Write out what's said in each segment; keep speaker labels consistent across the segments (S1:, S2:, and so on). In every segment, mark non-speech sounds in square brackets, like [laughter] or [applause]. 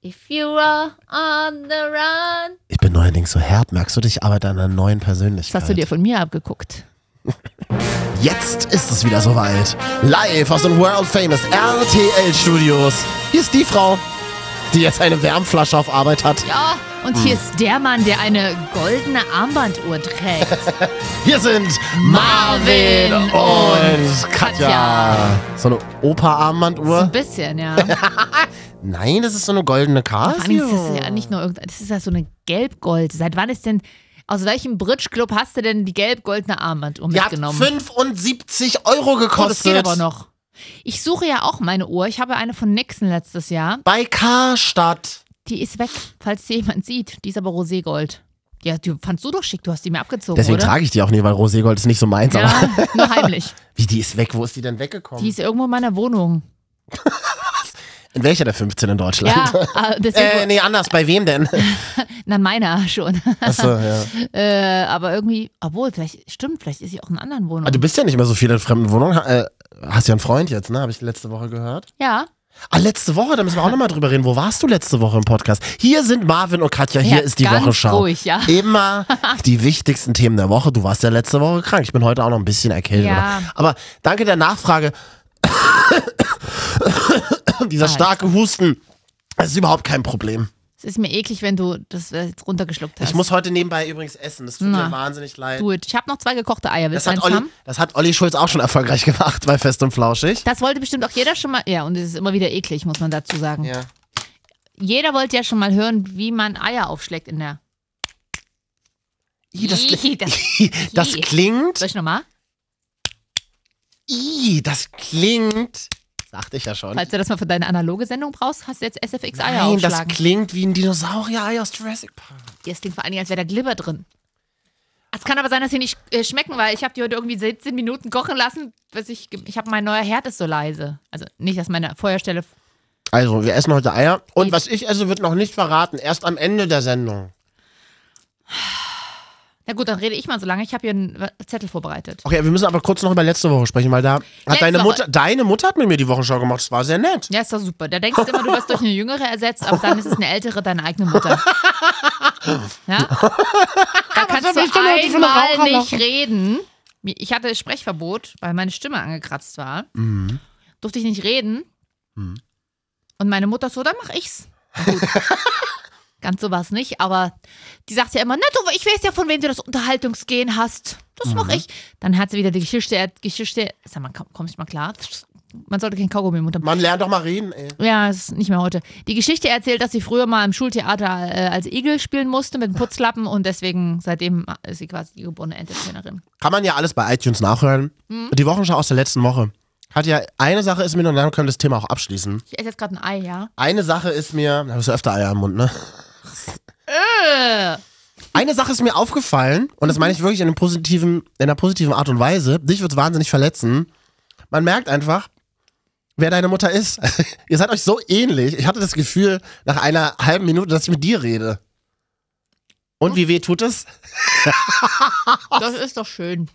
S1: If you are on the run.
S2: Ich bin neuerdings so herb, merkst du dich aber deiner neuen Persönlichkeit.
S1: Das hast du dir von mir abgeguckt.
S2: Jetzt ist es wieder soweit. Live aus den World Famous RTL Studios. Hier ist die Frau, die jetzt eine Wärmflasche auf Arbeit hat.
S1: Ja, und hier ist der Mann, der eine goldene Armbanduhr trägt.
S2: Hier sind Marvin
S1: Marvin
S2: und Katja.
S1: Katja.
S2: So eine
S1: So ein
S2: Opa-Armbanduhr?
S1: bisschen, ja. Vor
S2: Nein, das ist so eine goldene
S1: allem ist
S2: Casio.
S1: das ja nicht nur irgendein, das ist ja so eine gelb-gold. Seit wann ist denn, aus welchem Bridge-Club hast du denn die gelb-goldene Armbanduhr
S2: Die hat
S1: mitgenommen?
S2: 75 Euro gekostet.
S1: Oh, das geht aber noch. Ich suche ja auch meine Uhr. Ich habe eine von Nixon letztes Jahr.
S2: Bei Karstadt.
S1: Die ist weg, falls sie jemand sieht. Die ist aber roségold. Ja, die fandst du doch schick. Du hast die mir abgezogen,
S2: Deswegen
S1: oder?
S2: trage ich die auch nie, weil Roségold ist nicht so meins. Aber
S1: ja, nur heimlich.
S2: wie, die ist weg? Wo ist die denn weggekommen?
S1: Die ist irgendwo in meiner
S2: [laughs]
S1: Wohnung.
S2: in welcher der 15 in Deutschland?
S1: Ja, äh,
S2: [laughs] Äh,
S1: deswegen.
S2: nee, anders. Bei
S1: [laughs]
S2: wem denn?
S1: Na, meiner [laughs] schon.
S2: Achso, ja.
S1: Äh, aber irgendwie, obwohl, vielleicht, stimmt, vielleicht ist sie auch in einer anderen
S2: Ah,
S1: Wohnung.
S2: Du bist ja nicht mehr so viel in fremden Wohnungen. Ha- Äh, hast ja einen Freund jetzt, ne? Habe ich letzte Woche gehört.
S1: Ja,
S2: Ah, letzte Woche, da müssen wir auch nochmal drüber reden. Wo warst du letzte Woche im Podcast? Hier sind Marvin und Katja,
S1: Ja,
S2: hier ist die
S1: ganz
S2: Wochenschau.
S1: ruhig, ja. [laughs]
S2: Immer die wichtigsten Themen der Woche. Du warst ja letzte Woche krank. Ich bin heute auch noch ein bisschen erkältet.
S1: Ja.
S2: oder? Aber danke der Nachfrage. [coughs] Dieser
S1: Alter.
S2: starke Husten. Das ist überhaupt kein Problem.
S1: es ist mir eklig, wenn du das äh, jetzt runtergeschluckt hast.
S2: Ich muss heute nebenbei übrigens essen. Das tut
S1: Na.
S2: mir wahnsinnig leid.
S1: Gut, ich habe noch zwei gekochte Eier. Willst
S2: Das
S1: du eins
S2: hat, Olli,
S1: haben?
S2: das hat Olli Schulz auch schon erfolgreich [laughs] gemacht bei Fest und Flauschig.
S1: Das wollte bestimmt auch jeder schon mal. Ja, und es ist immer wieder eklig, muss man dazu sagen.
S2: Ja.
S1: Jeder wollte ja schon mal hören, wie man Eier aufschlägt in der.
S2: I, das,
S1: Ih,
S2: kli-
S1: das-
S2: I, das
S1: Ih.
S2: klingt.
S1: Soll ich nochmal?
S2: I, das klingt. Sagte ich ja schon.
S1: Falls du das mal für deine analoge Sendung brauchst, hast du jetzt SFX Eier
S2: Nein, das
S1: aufschlagen.
S2: klingt wie ein Dinosaurier-Ei aus Jurassic Park.
S1: Das klingt vor allen Dingen, als wäre da Glibber drin. Es kann aber sein, dass sie nicht äh, schmecken, weil ich habe die heute irgendwie 17 Minuten kochen lassen. Was ich ge- ich habe mein neuer Herd ist so leise. Also nicht, dass meine Feuerstelle.
S2: Also, wir essen heute Eier. Und was ich esse, wird noch nicht verraten. Erst am Ende der Sendung.
S1: Na gut, dann rede ich mal so lange. Ich habe hier einen äh, Zettel vorbereitet.
S2: Okay, wir müssen aber kurz noch über letzte Woche sprechen, weil da hat
S1: Letzte
S2: deine
S1: Woche.
S2: Mutter. Deine Mutter hat mit mir die Wochenschau gemacht. Das war sehr nett.
S1: Ja, ist doch super. Da denkst du immer, du wirst durch eine jüngere ersetzt, aber dann ist es eine ältere, deine eigene Mutter. Ja? Da kannst
S2: hab
S1: du
S2: ich denn heute für eine
S1: einmal nicht
S2: Raucherlache?
S1: reden. Ich hatte Sprechverbot, weil meine Stimme angekratzt war. Durfte ich nicht reden. Und meine Mutter so, dann mach ich's. Gut. Ganz so war's nicht, aber die sagt ja immer, na du, ich weiß ja, von wem du das Unterhaltungsgehen hast. Das mach ich. Dann hat sie wieder die Geschichte, er- Geschichte, sag mal, komm, kommst mal klar. Man sollte kein Kaugummi im Mund haben.
S2: Man lernt doch mal reden, ey.
S1: Ja, ist nicht mehr heute. Die Geschichte erzählt, dass sie früher mal im Schultheater äh, als Igel spielen musste mit einem Putzlappen und deswegen seitdem ist sie quasi die geborene Entertainerin.
S2: Kann man ja alles bei iTunes nachhören. Die Wochenschau aus der letzten Woche. Hat ja, eine Sache ist mir noch, dann können wir das Thema auch abschließen.
S1: Ich esse jetzt gerade ein Ei, ja?
S2: Eine Sache ist mir, da hast du öfter Eier im Mund, ne? Eine Sache ist mir aufgefallen, und das meine ich wirklich in, einem positiven, in einer positiven Art und Weise. Dich wird es wahnsinnig verletzen. Man merkt einfach, wer deine Mutter ist. [laughs] Ihr seid euch so ähnlich. Ich hatte das Gefühl, nach einer halben Minute, dass ich mit dir rede. Und wie weh tut es?
S1: Das ist doch schön.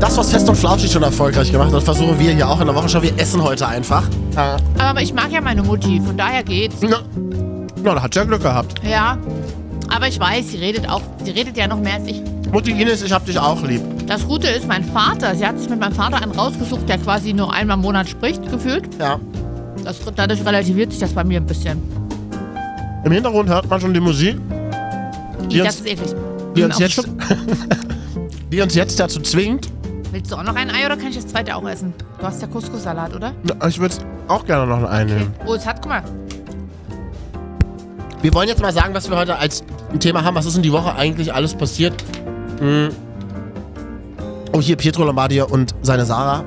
S2: Das, was Fest und Flauschig schon erfolgreich gemacht hat, versuchen wir hier auch in der Woche schon. Wir essen heute einfach. Ah.
S1: Aber ich mag ja meine Mutti, von daher geht's.
S2: Na, na, da hat ja Glück gehabt.
S1: Ja. Aber ich weiß, sie redet auch, sie redet ja noch mehr als ich.
S2: Mutti Ines, ich hab dich auch lieb.
S1: Das Gute ist, mein Vater, sie hat sich mit meinem Vater einen rausgesucht, der quasi nur einmal im Monat spricht, gefühlt.
S2: Ja.
S1: Das, dadurch relativiert sich das bei mir ein bisschen.
S2: Im Hintergrund hört man schon die Musik, Die
S1: das
S2: uns-
S1: ist eklig.
S2: die uns,
S1: Auf
S2: jetzt,
S1: Schluck.
S2: [laughs] die uns jetzt dazu zwingt.
S1: Willst du auch noch ein Ei oder kann ich das zweite auch essen? Du hast ja Couscous-Salat, oder?
S2: Na, Ich würde auch gerne noch einnehmen.
S1: Oh, es hat, guck mal.
S2: Wir wollen jetzt mal sagen, was wir heute als ein Thema haben. Was ist in die Woche eigentlich alles passiert? Hm. Oh, hier Pietro Lombardi und seine Sarah.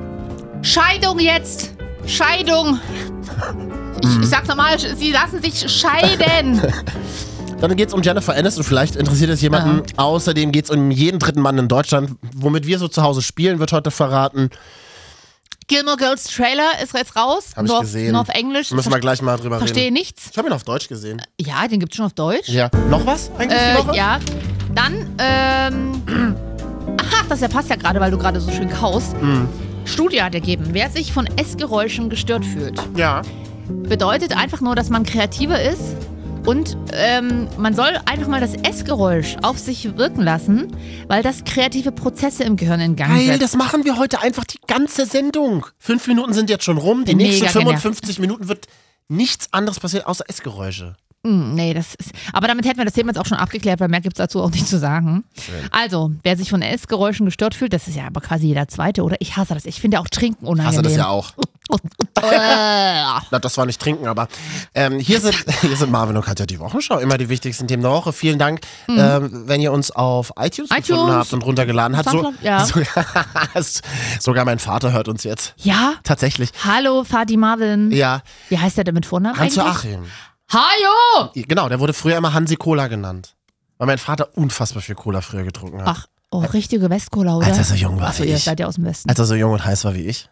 S1: Scheidung jetzt! Scheidung! Ich,
S2: Mhm.
S1: ich sag's nochmal, sch- sie lassen sich
S2: [laughs]
S1: scheiden.
S2: Dann geht es um Jennifer Aniston. Vielleicht interessiert es jemanden. Außerdem geht es um jeden dritten Mann in Deutschland. Womit wir so zu Hause spielen, wird heute verraten.
S1: Gilmore Girls Trailer ist jetzt raus.
S2: Hab ich
S1: North,
S2: gesehen.
S1: North English.
S2: Müssen wir gleich mal drüber
S1: Verstehe
S2: reden.
S1: nichts.
S2: Ich habe ihn auf Deutsch gesehen.
S1: Ja, den gibt's schon auf Deutsch.
S2: Ja. Noch was eigentlich die Woche?
S1: Äh, ja.
S2: Hm.
S1: Dann, ähm. Ach, das ja passt ja gerade, weil du gerade so schön kaust. Studie hat ergeben, wer sich von Essgeräuschen gestört fühlt,
S2: Ja.
S1: bedeutet einfach nur, dass man kreativer ist und ähm, man soll einfach mal das Essgeräusch auf sich wirken lassen, weil das kreative Prozesse im Gehirn in Gang
S2: Geil,
S1: setzt.
S2: das machen wir heute einfach die ganze Sendung. Fünf Minuten sind jetzt schon rum. Die
S1: Mega
S2: nächsten
S1: genial.
S2: 55 Minuten wird nichts anderes passieren, außer Essgeräusche.
S1: Hm, nee, das ist. Aber damit hätten wir das Thema jetzt auch schon abgeklärt, weil mehr gibt es dazu auch nicht zu sagen. Also, wer sich von Essgeräuschen gestört fühlt, das ist ja aber quasi jeder Zweite, oder? Ich hasse das. Ich finde auch Trinken unangenehm.
S2: Hast du das ja auch.
S1: auch.
S2: Na, das war nicht trinken, aber ähm, hier, sind,
S1: [laughs]
S2: hier sind Marvin und Katja die Wochenschau. Immer die wichtigsten Themen der Woche. Vielen Dank, ähm, wenn ihr uns auf iTunes, gefunden
S1: Mhm. iTunes.
S2: habt und runtergeladen habt. So,
S1: Soundcloud, ja.
S2: sogar, [laughs] sogar mein Vater hört uns jetzt.
S1: ja?
S2: Tatsächlich.
S1: Hallo, Fadi Marvin.
S2: Ja,
S1: Wie heißt der denn mit Vornamen? eigentlich?
S2: Hans-Joachim.
S1: Hajo!
S2: Genau, der wurde früher immer Hansi Cola genannt. Weil mein Vater unfassbar viel Cola früher getrunken hat.
S1: Ach, oh, richtige Westcola, oder?
S2: Als er so jung war
S1: Achso,
S2: wie
S1: ihr
S2: ich.
S1: seid ja aus dem Westen.
S2: Als er so jung und heiß war wie ich.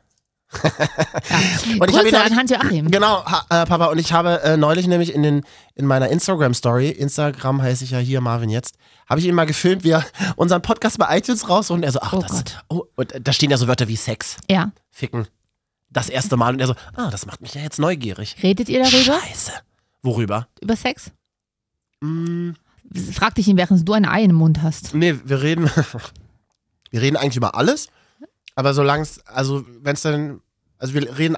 S1: ja.
S2: Und ich hab ihn
S1: Grüße
S2: neulich-
S1: an Hans-Joachim.
S2: Genau, ha, äh, Papa. Und ich habe äh, neulich nämlich in, den, in meiner Instagram-Story, Instagram heiße ich ja hier Marvin jetzt, habe ich ihn mal gefilmt, wie er [laughs] unseren Podcast bei iTunes rausholt. Und er so, ach,
S1: Oh
S2: das,
S1: Gott.
S2: oh, und äh, da stehen ja so Wörter wie Sex,
S1: Ja.
S2: Ficken, das erste Mal. Und er so, ah, das macht mich ja jetzt neugierig.
S1: Redet ihr darüber?
S2: Scheiße. Worüber?
S1: Über Sex?
S2: Hm,
S1: Frag dich ihn, während du ein Ei im Mund hast.
S2: nee, wir reden, [laughs] wir reden eigentlich über alles. Aber solange es, also wenn es dann, also wir reden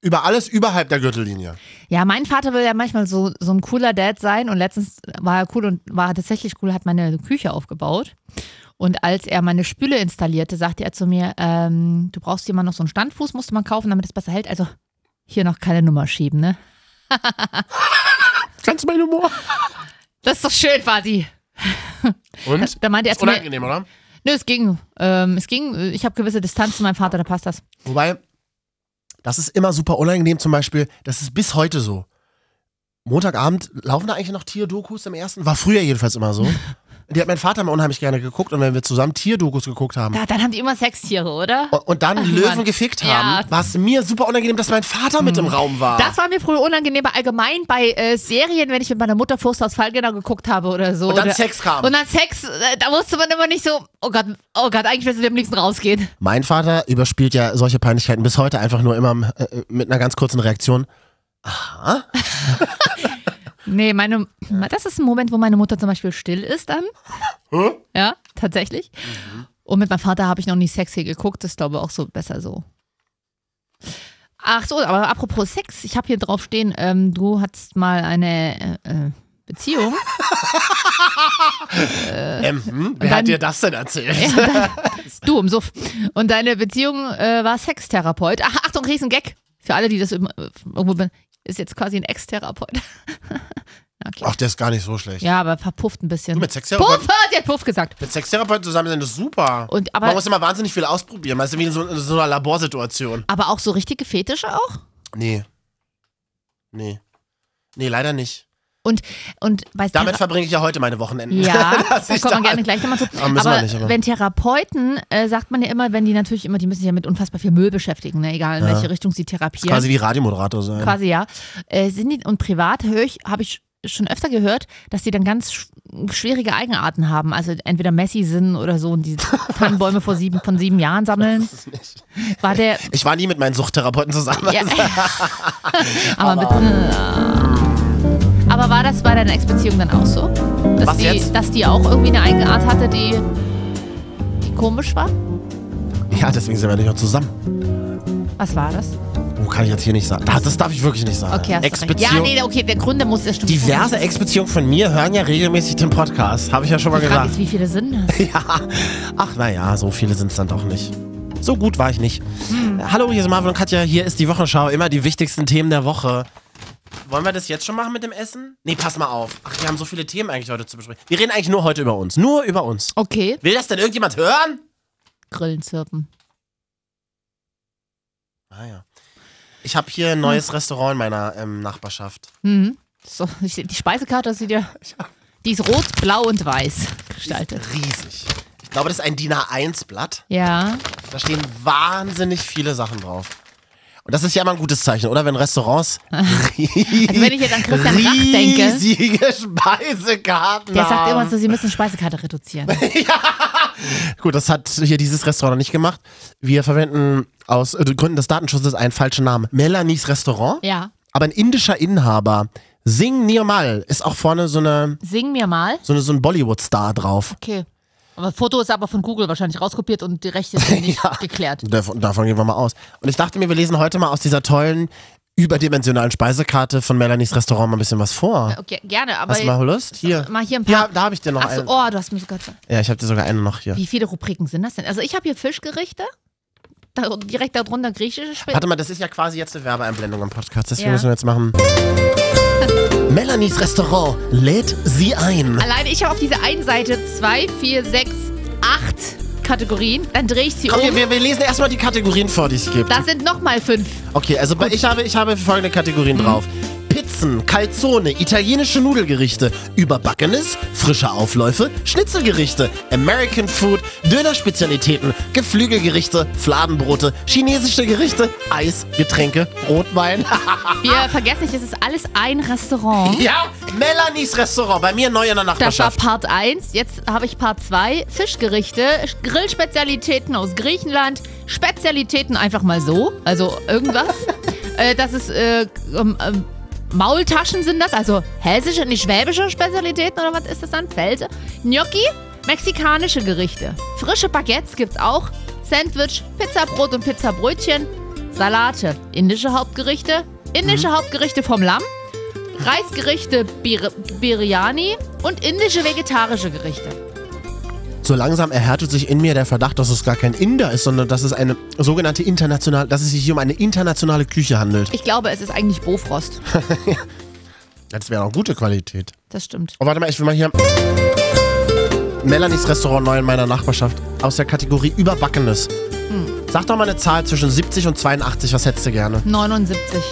S2: über alles überhalb der Gürtellinie.
S1: Ja, mein Vater will ja manchmal so, so ein cooler Dad sein und letztens war er cool und war tatsächlich cool, hat meine Küche aufgebaut. Und als er meine Spüle installierte, sagte er zu mir, ähm, du brauchst jemand noch so einen Standfuß, musst du mal kaufen, damit es besser hält. Also hier noch keine Nummer schieben, ne?
S2: Kennst du meinen Humor?
S1: Das ist doch schön, Fadi.
S2: Und?
S1: Da meinte er
S2: Ist
S1: zu mir,
S2: unangenehm, oder?
S1: nö, es ging. Ähm, es ging, ich habe gewisse Distanz zu meinem Vater, da passt das.
S2: Wobei, das ist immer super unangenehm, zum Beispiel, das ist bis heute so. Montagabend laufen da eigentlich noch Tierdokus im ersten? War früher jedenfalls
S1: [laughs]
S2: immer so. Die hat mein Vater mal unheimlich gerne geguckt und wenn wir zusammen Tierdokus geguckt haben
S1: Da, dann haben die immer Sextiere, oder?
S2: und, und dann Löwen
S1: Mann.
S2: gefickt haben,
S1: Ja. Hm.
S2: war es mir super unangenehm, dass mein Vater mit im Raum war.
S1: Das war mir früher unangenehm, aber allgemein bei äh, Serien, wenn ich mit meiner Mutter Furst aus Fallgenau geguckt habe oder so.
S2: und dann
S1: oder,
S2: Sex kam.
S1: Und dann Sex, äh, da wusste man immer nicht so, oh Gott, oh Gott, eigentlich willst du am liebsten rausgehen.
S2: mein Vater überspielt ja solche Peinlichkeiten bis heute einfach nur immer äh, mit einer ganz kurzen Reaktion. Aha.
S1: Nee, meine, das ist ein Moment, wo meine Mutter zum Beispiel still ist dann. Ja, tatsächlich. Und mit meinem Vater habe ich noch nie sexy geguckt, das ist, glaube ich auch so besser so. Ach so, aber apropos Sex, ich habe hier drauf stehen, ähm, du hattest mal eine äh, äh, [laughs] Beziehung.
S2: Ähm, hm, wer
S1: Äh. dann-
S2: hat dir das denn erzählt?
S1: Ja, dein, du im Suff. Und deine Beziehung äh, war Sextherapeut. Ach, Achtung, Riesengag. Für alle, die das im- äh, irgendwo bin, ist jetzt quasi ein Ex-Therapeut. okay.
S2: Ach, der ist gar nicht so schlecht.
S1: Ja, aber verpufft ein
S2: Du,
S1: bisschen.
S2: mit Sextherapeuten,
S1: Puff! Sie hat Puff gesagt.
S2: mit Sextherapeuten zusammen sind das super.
S1: Und, aber,
S2: Man muss immer wahnsinnig viel ausprobieren, weißt du, wie in so, in so einer Laborsituation.
S1: aber auch so richtige Fetische auch?
S2: Nee. Nee. Nee, leider nicht.
S1: Und, und bei
S2: Damit
S1: Thera-
S2: verbringe ich ja heute meine Wochenenden. [laughs]
S1: ja,
S2: Dass
S1: da
S2: ich
S1: kommt man gerne gleich nochmal zu.
S2: Aber müssen wir nicht, aber-
S1: wenn Therapeuten, äh, sagt man ja immer, wenn die natürlich immer, die müssen sich ja mit unfassbar viel Müll beschäftigen, ne? egal in
S2: Ja.
S1: welche Richtung sie therapieren.
S2: Quasi wie Radiomoderator sein.
S1: quasi ja. Äh, sind die, und privat höre ich, habe ich schon öfter gehört, dass die dann ganz sch schwierige Eigenarten haben. Also entweder Messi sind oder so und
S2: [laughs]
S1: die Tannenbäume vor sieben, von sieben Jahren sammeln. War der.
S2: Ich war nie mit meinen Suchttherapeuten zusammen.
S1: Ja, [laughs] aber, äh, aber war das bei deiner Ex-Beziehung dann auch so? Dass,
S2: Was
S1: die,
S2: jetzt?
S1: dass die auch irgendwie eine Eigenart hatte, die, die komisch war?
S2: Ja, deswegen sind wir nicht noch zusammen.
S1: Was war das?
S2: Oh, kann ich jetzt hier nicht sagen. Das, das darf ich wirklich nicht sagen.
S1: Okay, hast du recht. Ja,
S2: Ex-Beziehung-
S1: nee, okay, der Gründe muss ja stimmen.
S2: Diverse Ex-Beziehungen von mir hören ja regelmäßig den Podcast. Habe ich ja schon mal
S1: Die Frage
S2: gesagt.
S1: ist, wie viele Sinn
S2: [laughs]
S1: hast du?
S2: Ja, ach naja, so viele sind es dann doch nicht. So gut war ich nicht. Hallo, hier sind Marvin und Katja, hier ist die Wochenschau, immer die wichtigsten Themen der Woche. Wollen wir das jetzt schon machen mit dem Essen? Nee, pass mal auf. Ach, wir haben so viele Themen eigentlich heute zu besprechen. Wir reden eigentlich nur heute über uns. Nur über uns.
S1: Okay,
S2: Will das denn irgendjemand hören?
S1: Grillen zirpen.
S2: Ah ja. Ich habe hier ein neues Restaurant in meiner ähm, Nachbarschaft.
S1: Mhm. So, ich, die Speisekarte sieht ja. Die ist rot, blau und weiß gestaltet.
S2: Riesig. Ich glaube, das ist ein DIN A1-Blatt.
S1: Ja.
S2: Da stehen wahnsinnig viele Sachen drauf. Und das ist ja immer ein gutes Zeichen, oder? Wenn Restaurants
S1: Also wenn ich jetzt an Christian Rach denke-
S2: riesige Speisekarten
S1: Der
S2: haben. [laughs]
S1: sagt immer so, sie müssen Speisekarte reduzieren.
S2: Gut, das hat hier dieses Restaurant noch nicht gemacht. Wir verwenden aus äh, Gründen des Datenschutzes einen falschen Namen. Melanies Restaurant,
S1: Ja.
S2: aber ein indischer Inhaber. Sing Nirmal ist auch vorne so eine,
S1: Sing mir mal.
S2: so eine, so ein Bollywood-Star drauf.
S1: Okay. Aber Foto ist aber von Google wahrscheinlich rauskopiert und die Rechte
S2: [laughs]
S1: sind nicht geklärt.
S2: Davon, davon gehen wir mal aus. Und ich dachte mir, wir lesen heute mal aus dieser tollen, überdimensionalen Speisekarte von Melanies Restaurant mal ein bisschen was vor.
S1: Okay, gerne, aber.
S2: Hast du mal Lust? Hier.
S1: Mal hier ein paar.
S2: Ja, da habe ich dir noch
S1: Achso,
S2: einen.
S1: oh, du hast mir sogar.
S2: Ja, ich habe dir sogar einen noch hier.
S1: Wie viele Rubriken sind das denn? Also, ich habe hier Fischgerichte. Da, direkt darunter griechische Speisen.
S2: Warte mal, das ist ja quasi jetzt eine Werbeeinblendung im Podcast. Deswegen
S1: Ja.
S2: müssen wir jetzt machen. [laughs] Melanies Restaurant lädt sie ein.
S1: Alleine ich habe auf dieser einen Seite 2, 4, 6, 8 Kategorien. Dann drehe ich sie
S2: Komm,
S1: um.
S2: wir, wir, wir lesen erstmal die Kategorien vor, die es gibt.
S1: Da sind nochmal fünf.
S2: Okay, also bei- ich habe, ich habe folgende
S1: Mhm.
S2: Kategorien drauf. Pizzen, Calzone, italienische Nudelgerichte, Überbackenes, frische Aufläufe, Schnitzelgerichte, American Food, Dönerspezialitäten, Geflügelgerichte, Fladenbrote, chinesische Gerichte, Eis, Getränke, Rotwein. [laughs] Ah.
S1: Wir vergessen nicht, es ist alles ein Restaurant.
S2: ja, Melanies Restaurant, bei mir neu in der
S1: Das war
S2: Nachbarschaft.
S1: Part 1. Jetzt habe ich Part 2. Fischgerichte, Grillspezialitäten aus Griechenland, Spezialitäten einfach mal so, also irgendwas. äh, das ist äh, ähm, ähm, Maultaschen sind das, also hessische, nicht schwäbische Spezialitäten oder was ist das dann? Felse? Gnocchi, mexikanische Gerichte. Frische Baguettes gibt's auch. Sandwich, Pizzabrot und Pizzabrötchen, Salate, indische Hauptgerichte, indische Hauptgerichte vom Lamm. Reisgerichte Bir Biryani und indische vegetarische Gerichte.
S2: So langsam erhärtet sich in mir der Verdacht, dass es gar kein Inder ist, sondern dass es eine sogenannte internationale, dass es sich hier um eine internationale Küche handelt.
S1: Ich glaube, es ist eigentlich Bofrost.
S2: Das wäre auch gute Qualität.
S1: Das stimmt.
S2: Oh, warte mal, ich will mal hier. Melanies Restaurant neu in meiner Nachbarschaft. Aus der Kategorie Überbackenes. Sag doch mal eine Zahl zwischen 70 und 82, was hättest du gerne?
S1: 79.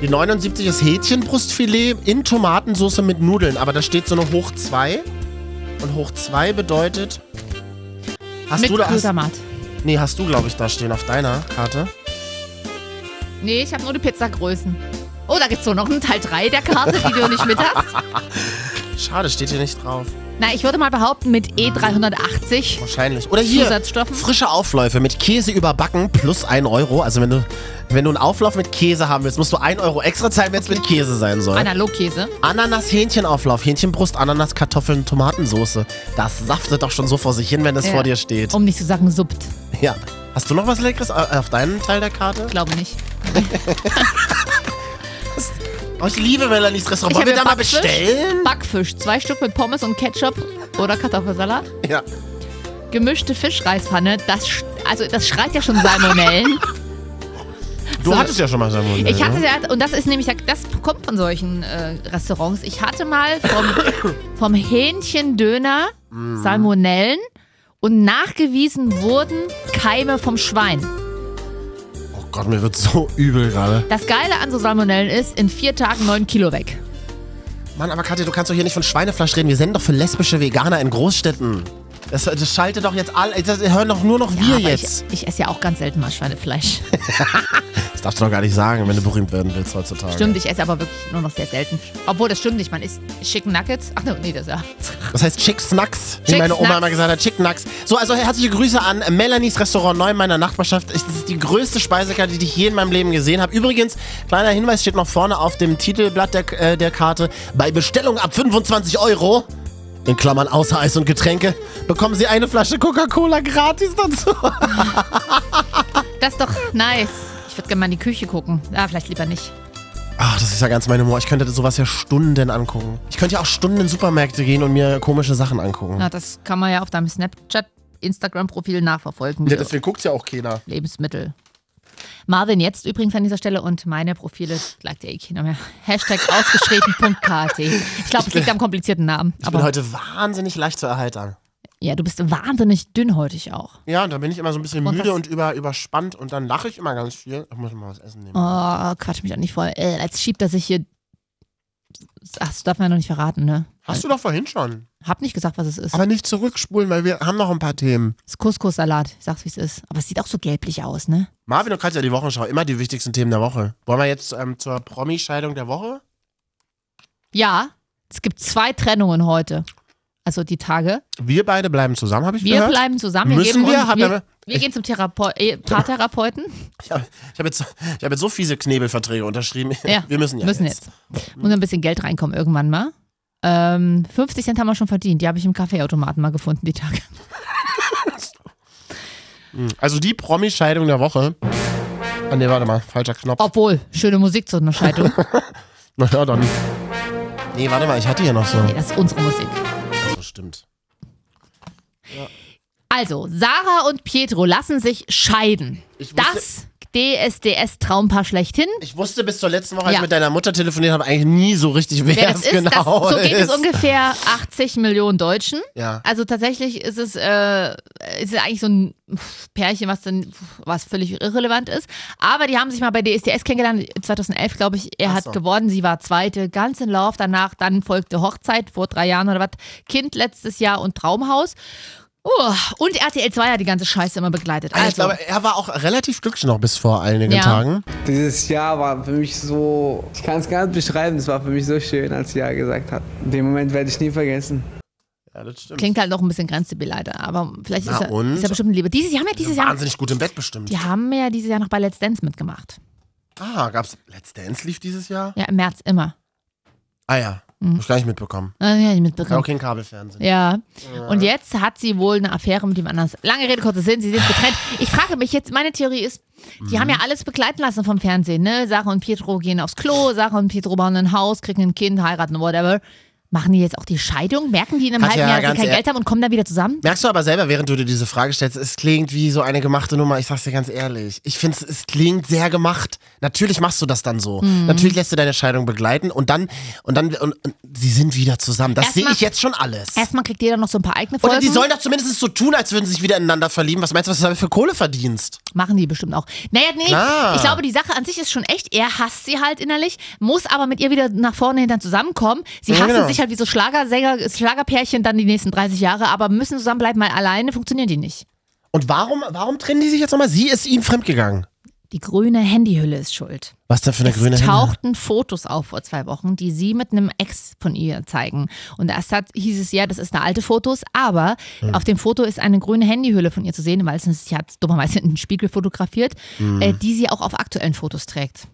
S2: Die 79 ist Hähnchenbrustfilet in Tomatensauce mit Nudeln, aber da steht so eine hoch 2. Und hoch 2 bedeutet. Hast
S1: Mit
S2: du da. Hast,
S1: Glutamat.
S2: nee, hast du, glaube ich, da stehen auf deiner Karte.
S1: Nee, ich habe nur die Pizzagrößen. Oh, da gibt's doch noch einen Teil 3 der Karte, die du nicht mit hast.
S2: Schade, steht hier nicht drauf.
S1: Na, ich würde mal behaupten, mit E E380
S2: Wahrscheinlich. Oder hier.
S1: Zusatzstoffen.
S2: Frische Aufläufe mit Käse überbacken plus 1 Euro. Also wenn du, wenn du einen Auflauf mit Käse haben willst, musst du 1 Euro extra zahlen, wenn es mit Käse sein soll.
S1: Analogkäse.
S2: Ananas-Hähnchenauflauf, Hähnchenbrust, Ananas, Kartoffeln, Tomatensoße. Das saftet doch schon so vor sich hin, wenn das
S1: Ja.
S2: vor dir steht.
S1: Um nicht zu sagen, suppt.
S2: Ja. Hast du noch was Leckeres äh, auf deinem Teil der Karte?
S1: Glaube nicht.
S2: Oh, ich liebe Melanies Restaurant.
S1: Ich
S2: Wollen
S1: hab
S2: wir
S1: hier
S2: da mal
S1: Backfisch.
S2: bestellen?
S1: Backfisch. Zwei Stück mit Pommes und Ketchup oder Kartoffelsalat.
S2: Ja.
S1: Gemischte Fischreispfanne. Das, sch- also, das schreit ja schon Salmonellen.
S2: Du
S1: So.
S2: hattest ja schon mal Salmonellen.
S1: Ich hatte
S2: ne?
S1: ja, und das ist nämlich, das kommt von solchen äh, Restaurants. Ich hatte mal
S2: [coughs]
S1: vom, vom Hähnchendöner
S2: Mhm.
S1: Salmonellen und nachgewiesen wurden Keime vom Schwein.
S2: Oh Gott, mir wird so übel gerade.
S1: Das Geile an so Salmonellen ist, in vier Tagen neun Kilo weg.
S2: Mann, aber Katja, du kannst doch hier nicht von Schweinefleisch reden. Wir senden doch für lesbische Veganer in Großstädten. Das, das schalte doch jetzt all. Das hören doch nur noch wir
S1: aber
S2: jetzt.
S1: Ich, ich esse ja auch ganz selten mal
S2: [laughs]
S1: Schweinefleisch.
S2: Das darfst du doch gar nicht sagen, wenn du berühmt werden willst heutzutage.
S1: Stimmt, ich esse aber wirklich nur noch sehr selten. Obwohl, das stimmt nicht. Man isst Chicken Nuggets. Ach nee, das ja.
S2: Das heißt Chick Snacks, wie
S1: Chick
S2: meine Oma
S1: Snacks.
S2: immer gesagt hat. Chick Snacks. So, also herzliche Grüße an Melanies Restaurant 9 meiner Nachbarschaft. Ich, das ist die größte Speisekarte, die ich je in meinem Leben gesehen habe. Übrigens, kleiner Hinweis steht noch vorne auf dem Titelblatt der, äh, der Karte. Bei Bestellung ab 25 Euro. In Klammern außer Eis und Getränke bekommen Sie eine Flasche Coca-Cola gratis dazu.
S1: Das ist doch nice. Ich würde gerne mal in die Küche gucken. Ah, vielleicht lieber nicht.
S2: Ach, Ah, das ist ja ganz mein Humor. Ich könnte sowas ja Stunden angucken. Ich könnte ja auch Stunden in Supermärkte gehen und mir komische Sachen angucken.
S1: Na, das kann man ja auf deinem Snapchat, Instagram-Profil nachverfolgen. wie du
S2: guckt's ja auch keiner.
S1: Lebensmittel. Marvin jetzt übrigens an dieser Stelle und meine Profile klagt ja eh keiner mehr. Hashtag ausgeschrieben.kt. Ich glaube, es liegt am komplizierten Namen.
S2: Ich bin
S1: Aber
S2: heute wahnsinnig leicht zu erheitern.
S1: ja, du bist wahnsinnig dünnhäutig auch.
S2: Ja, und dann bin ich immer so ein bisschen
S1: Und
S2: müde
S1: das-
S2: und über, überspannt und dann lache ich immer ganz viel. Ich muss mal was essen nehmen.
S1: Oh, quatsch mich doch nicht voll. Äh, als schiebt er sich hier. Ach, das darf man ja noch nicht verraten, ne?
S2: Hast du doch vorhin schon.
S1: Hab nicht gesagt, was es ist.
S2: Aber nicht zurückspulen, weil wir haben noch ein paar Themen.
S1: Es ist Couscous-Salat. Ich sag's, wie es ist. Aber es sieht auch so gelblich aus, ne?
S2: Marvin und Katja, die Wochenschau, immer die wichtigsten Themen der Woche. Wollen wir jetzt ähm, zur Promi-Scheidung der Woche?
S1: Ja, es gibt zwei Trennungen heute. also die Tage.
S2: Wir beide bleiben zusammen, habe ich
S1: Wir
S2: gehört.
S1: bleiben zusammen. Wir,
S2: Müssen
S1: geben
S2: wir?
S1: uns-
S2: Hab ja-
S1: wir, wir gehen zum Therapeut, äh, Paartherapeuten.
S2: Ich habe ich hab jetzt, ich hab jetzt so fiese Knebelverträge unterschrieben.
S1: Ja,
S2: wir müssen ja
S1: müssen
S2: jetzt.
S1: jetzt. Muss ein bisschen Geld reinkommen irgendwann mal. Ähm, 50 Cent haben wir schon verdient. Die habe ich im Kaffeeautomaten mal gefunden, die Tage.
S2: Also die Promi-Scheidung der Woche. Ah, nee, warte mal, falscher Knopf.
S1: Obwohl, schöne Musik zu einer
S2: [laughs]
S1: Scheidung.
S2: Na ja, dann. Nee, warte mal, ich hatte hier noch so.
S1: Nee, das ist unsere Musik.
S2: So, stimmt.
S1: Also, Sarah und Pietro lassen sich scheiden.
S2: Ich wusste-
S1: Das DSDS-Traumpaar schlechthin.
S2: Ich wusste bis zur letzten Woche, als
S1: Ja.
S2: ich mit deiner Mutter telefoniert habe, eigentlich nie so richtig, wer,
S1: Wer
S2: es
S1: das ist,
S2: genau
S1: das, so geht
S2: ist.
S1: es ungefähr 80 Millionen Deutschen.
S2: Ja.
S1: Also tatsächlich ist es, äh, ist es eigentlich so ein Pärchen, was dann was völlig irrelevant ist. Aber die haben sich mal bei DSDS kennengelernt, 2011 glaube ich. Er
S2: Ach
S1: hat
S2: so.
S1: gewonnen, sie war Zweite, ganz in Lauf. Danach dann folgte Hochzeit vor drei Jahren oder was, Kind letztes Jahr und Traumhaus. Oh, und RTL 2 hat die ganze Scheiße immer begleitet.
S2: Also.
S1: Also,
S2: Ich glaube, er war auch relativ glücklich noch bis vor einigen
S1: Ja.
S2: Tagen.
S3: Dieses Jahr war für mich so, ich kann es gar nicht beschreiben, es war für mich so schön, als sie ja gesagt hat. Den Moment werde ich nie vergessen.
S2: Ja, das stimmt.
S1: klingt halt noch ein bisschen grenzdebileider, aber vielleicht
S2: Na
S1: ist er,
S2: und?
S1: ist er bestimmt ein Liebe. Dieses Jahr haben ja dieses Jahr,
S2: Wahnsinnig gut im Bett bestimmt.
S1: die haben ja dieses Jahr noch bei Let's Dance mitgemacht.
S2: Ah, gab's Let's Dance lief dieses Jahr?
S1: Ja, im März immer.
S2: Ah ja,
S1: Mhm.
S2: hab ich gar nicht mitbekommen.
S1: Ah, ja, die
S2: Kann
S1: mitbekommen.
S2: auch kein Kabelfernsehen.
S1: Ja. Und jetzt hat sie wohl eine Affäre mit jemand anders. Lange Rede, kurzer Sinn, sie sind getrennt. Ich frage mich jetzt, meine Theorie ist, die
S2: Mhm.
S1: haben ja alles begleiten lassen vom Fernsehen, ne? Sarah und Pietro gehen aufs Klo, Sarah und Pietro bauen ein Haus, kriegen ein Kind, heiraten, whatever. Machen die jetzt auch die Scheidung? Merken die in einem
S2: Hat
S1: halben
S2: ja
S1: Jahr, dass
S2: ganz
S1: sie kein
S2: ehr-
S1: Geld haben und kommen dann wieder zusammen?
S2: Merkst du aber selber, während du dir diese Frage stellst, es klingt wie so eine gemachte Nummer. Ich sag's dir ganz ehrlich. Ich find's, es klingt sehr gemacht. Natürlich machst du das dann so.
S1: Mhm.
S2: Natürlich lässt du deine Scheidung begleiten und dann, und dann, und, und sie sind wieder zusammen. Das sehe
S1: Erstmal-
S2: ich jetzt schon alles.
S1: Erstmal kriegt jeder noch so ein paar eigene
S2: Oder
S1: Folgen.
S2: die sollen doch zumindest so tun, als würden sie sich wieder ineinander verlieben. Was meinst du, was du damit für Kohle verdienst?
S1: Machen die bestimmt auch. Naja, nee,
S2: Klar.
S1: ich glaube, die Sache an sich ist schon echt. Er hasst sie halt innerlich, muss aber mit ihr wieder nach vorne hintern zusammenkommen. Sie
S2: Ja,
S1: hassen
S2: genau.
S1: sich halt wie so Schlagersänger, Schlagerpärchen dann die nächsten 30 Jahre, aber müssen zusammenbleiben, weil alleine funktionieren die nicht.
S2: Und warum, warum trennen die sich jetzt nochmal? Sie ist ihm fremdgegangen.
S1: Die grüne Handyhülle ist schuld.
S2: Was denn für eine
S1: es
S2: grüne Hände?
S1: tauchten Fotos auf vor zwei Wochen, die sie mit einem Ex von ihr zeigen. Und erst hat, hieß es ja, das ist eine alte Fotos, aber
S2: Hm.
S1: auf dem Foto ist eine grüne Handyhülle von ihr zu sehen, weil es sie hat dummerweise in den Spiegel fotografiert,
S2: Hm.
S1: äh, die sie auch auf aktuellen Fotos trägt.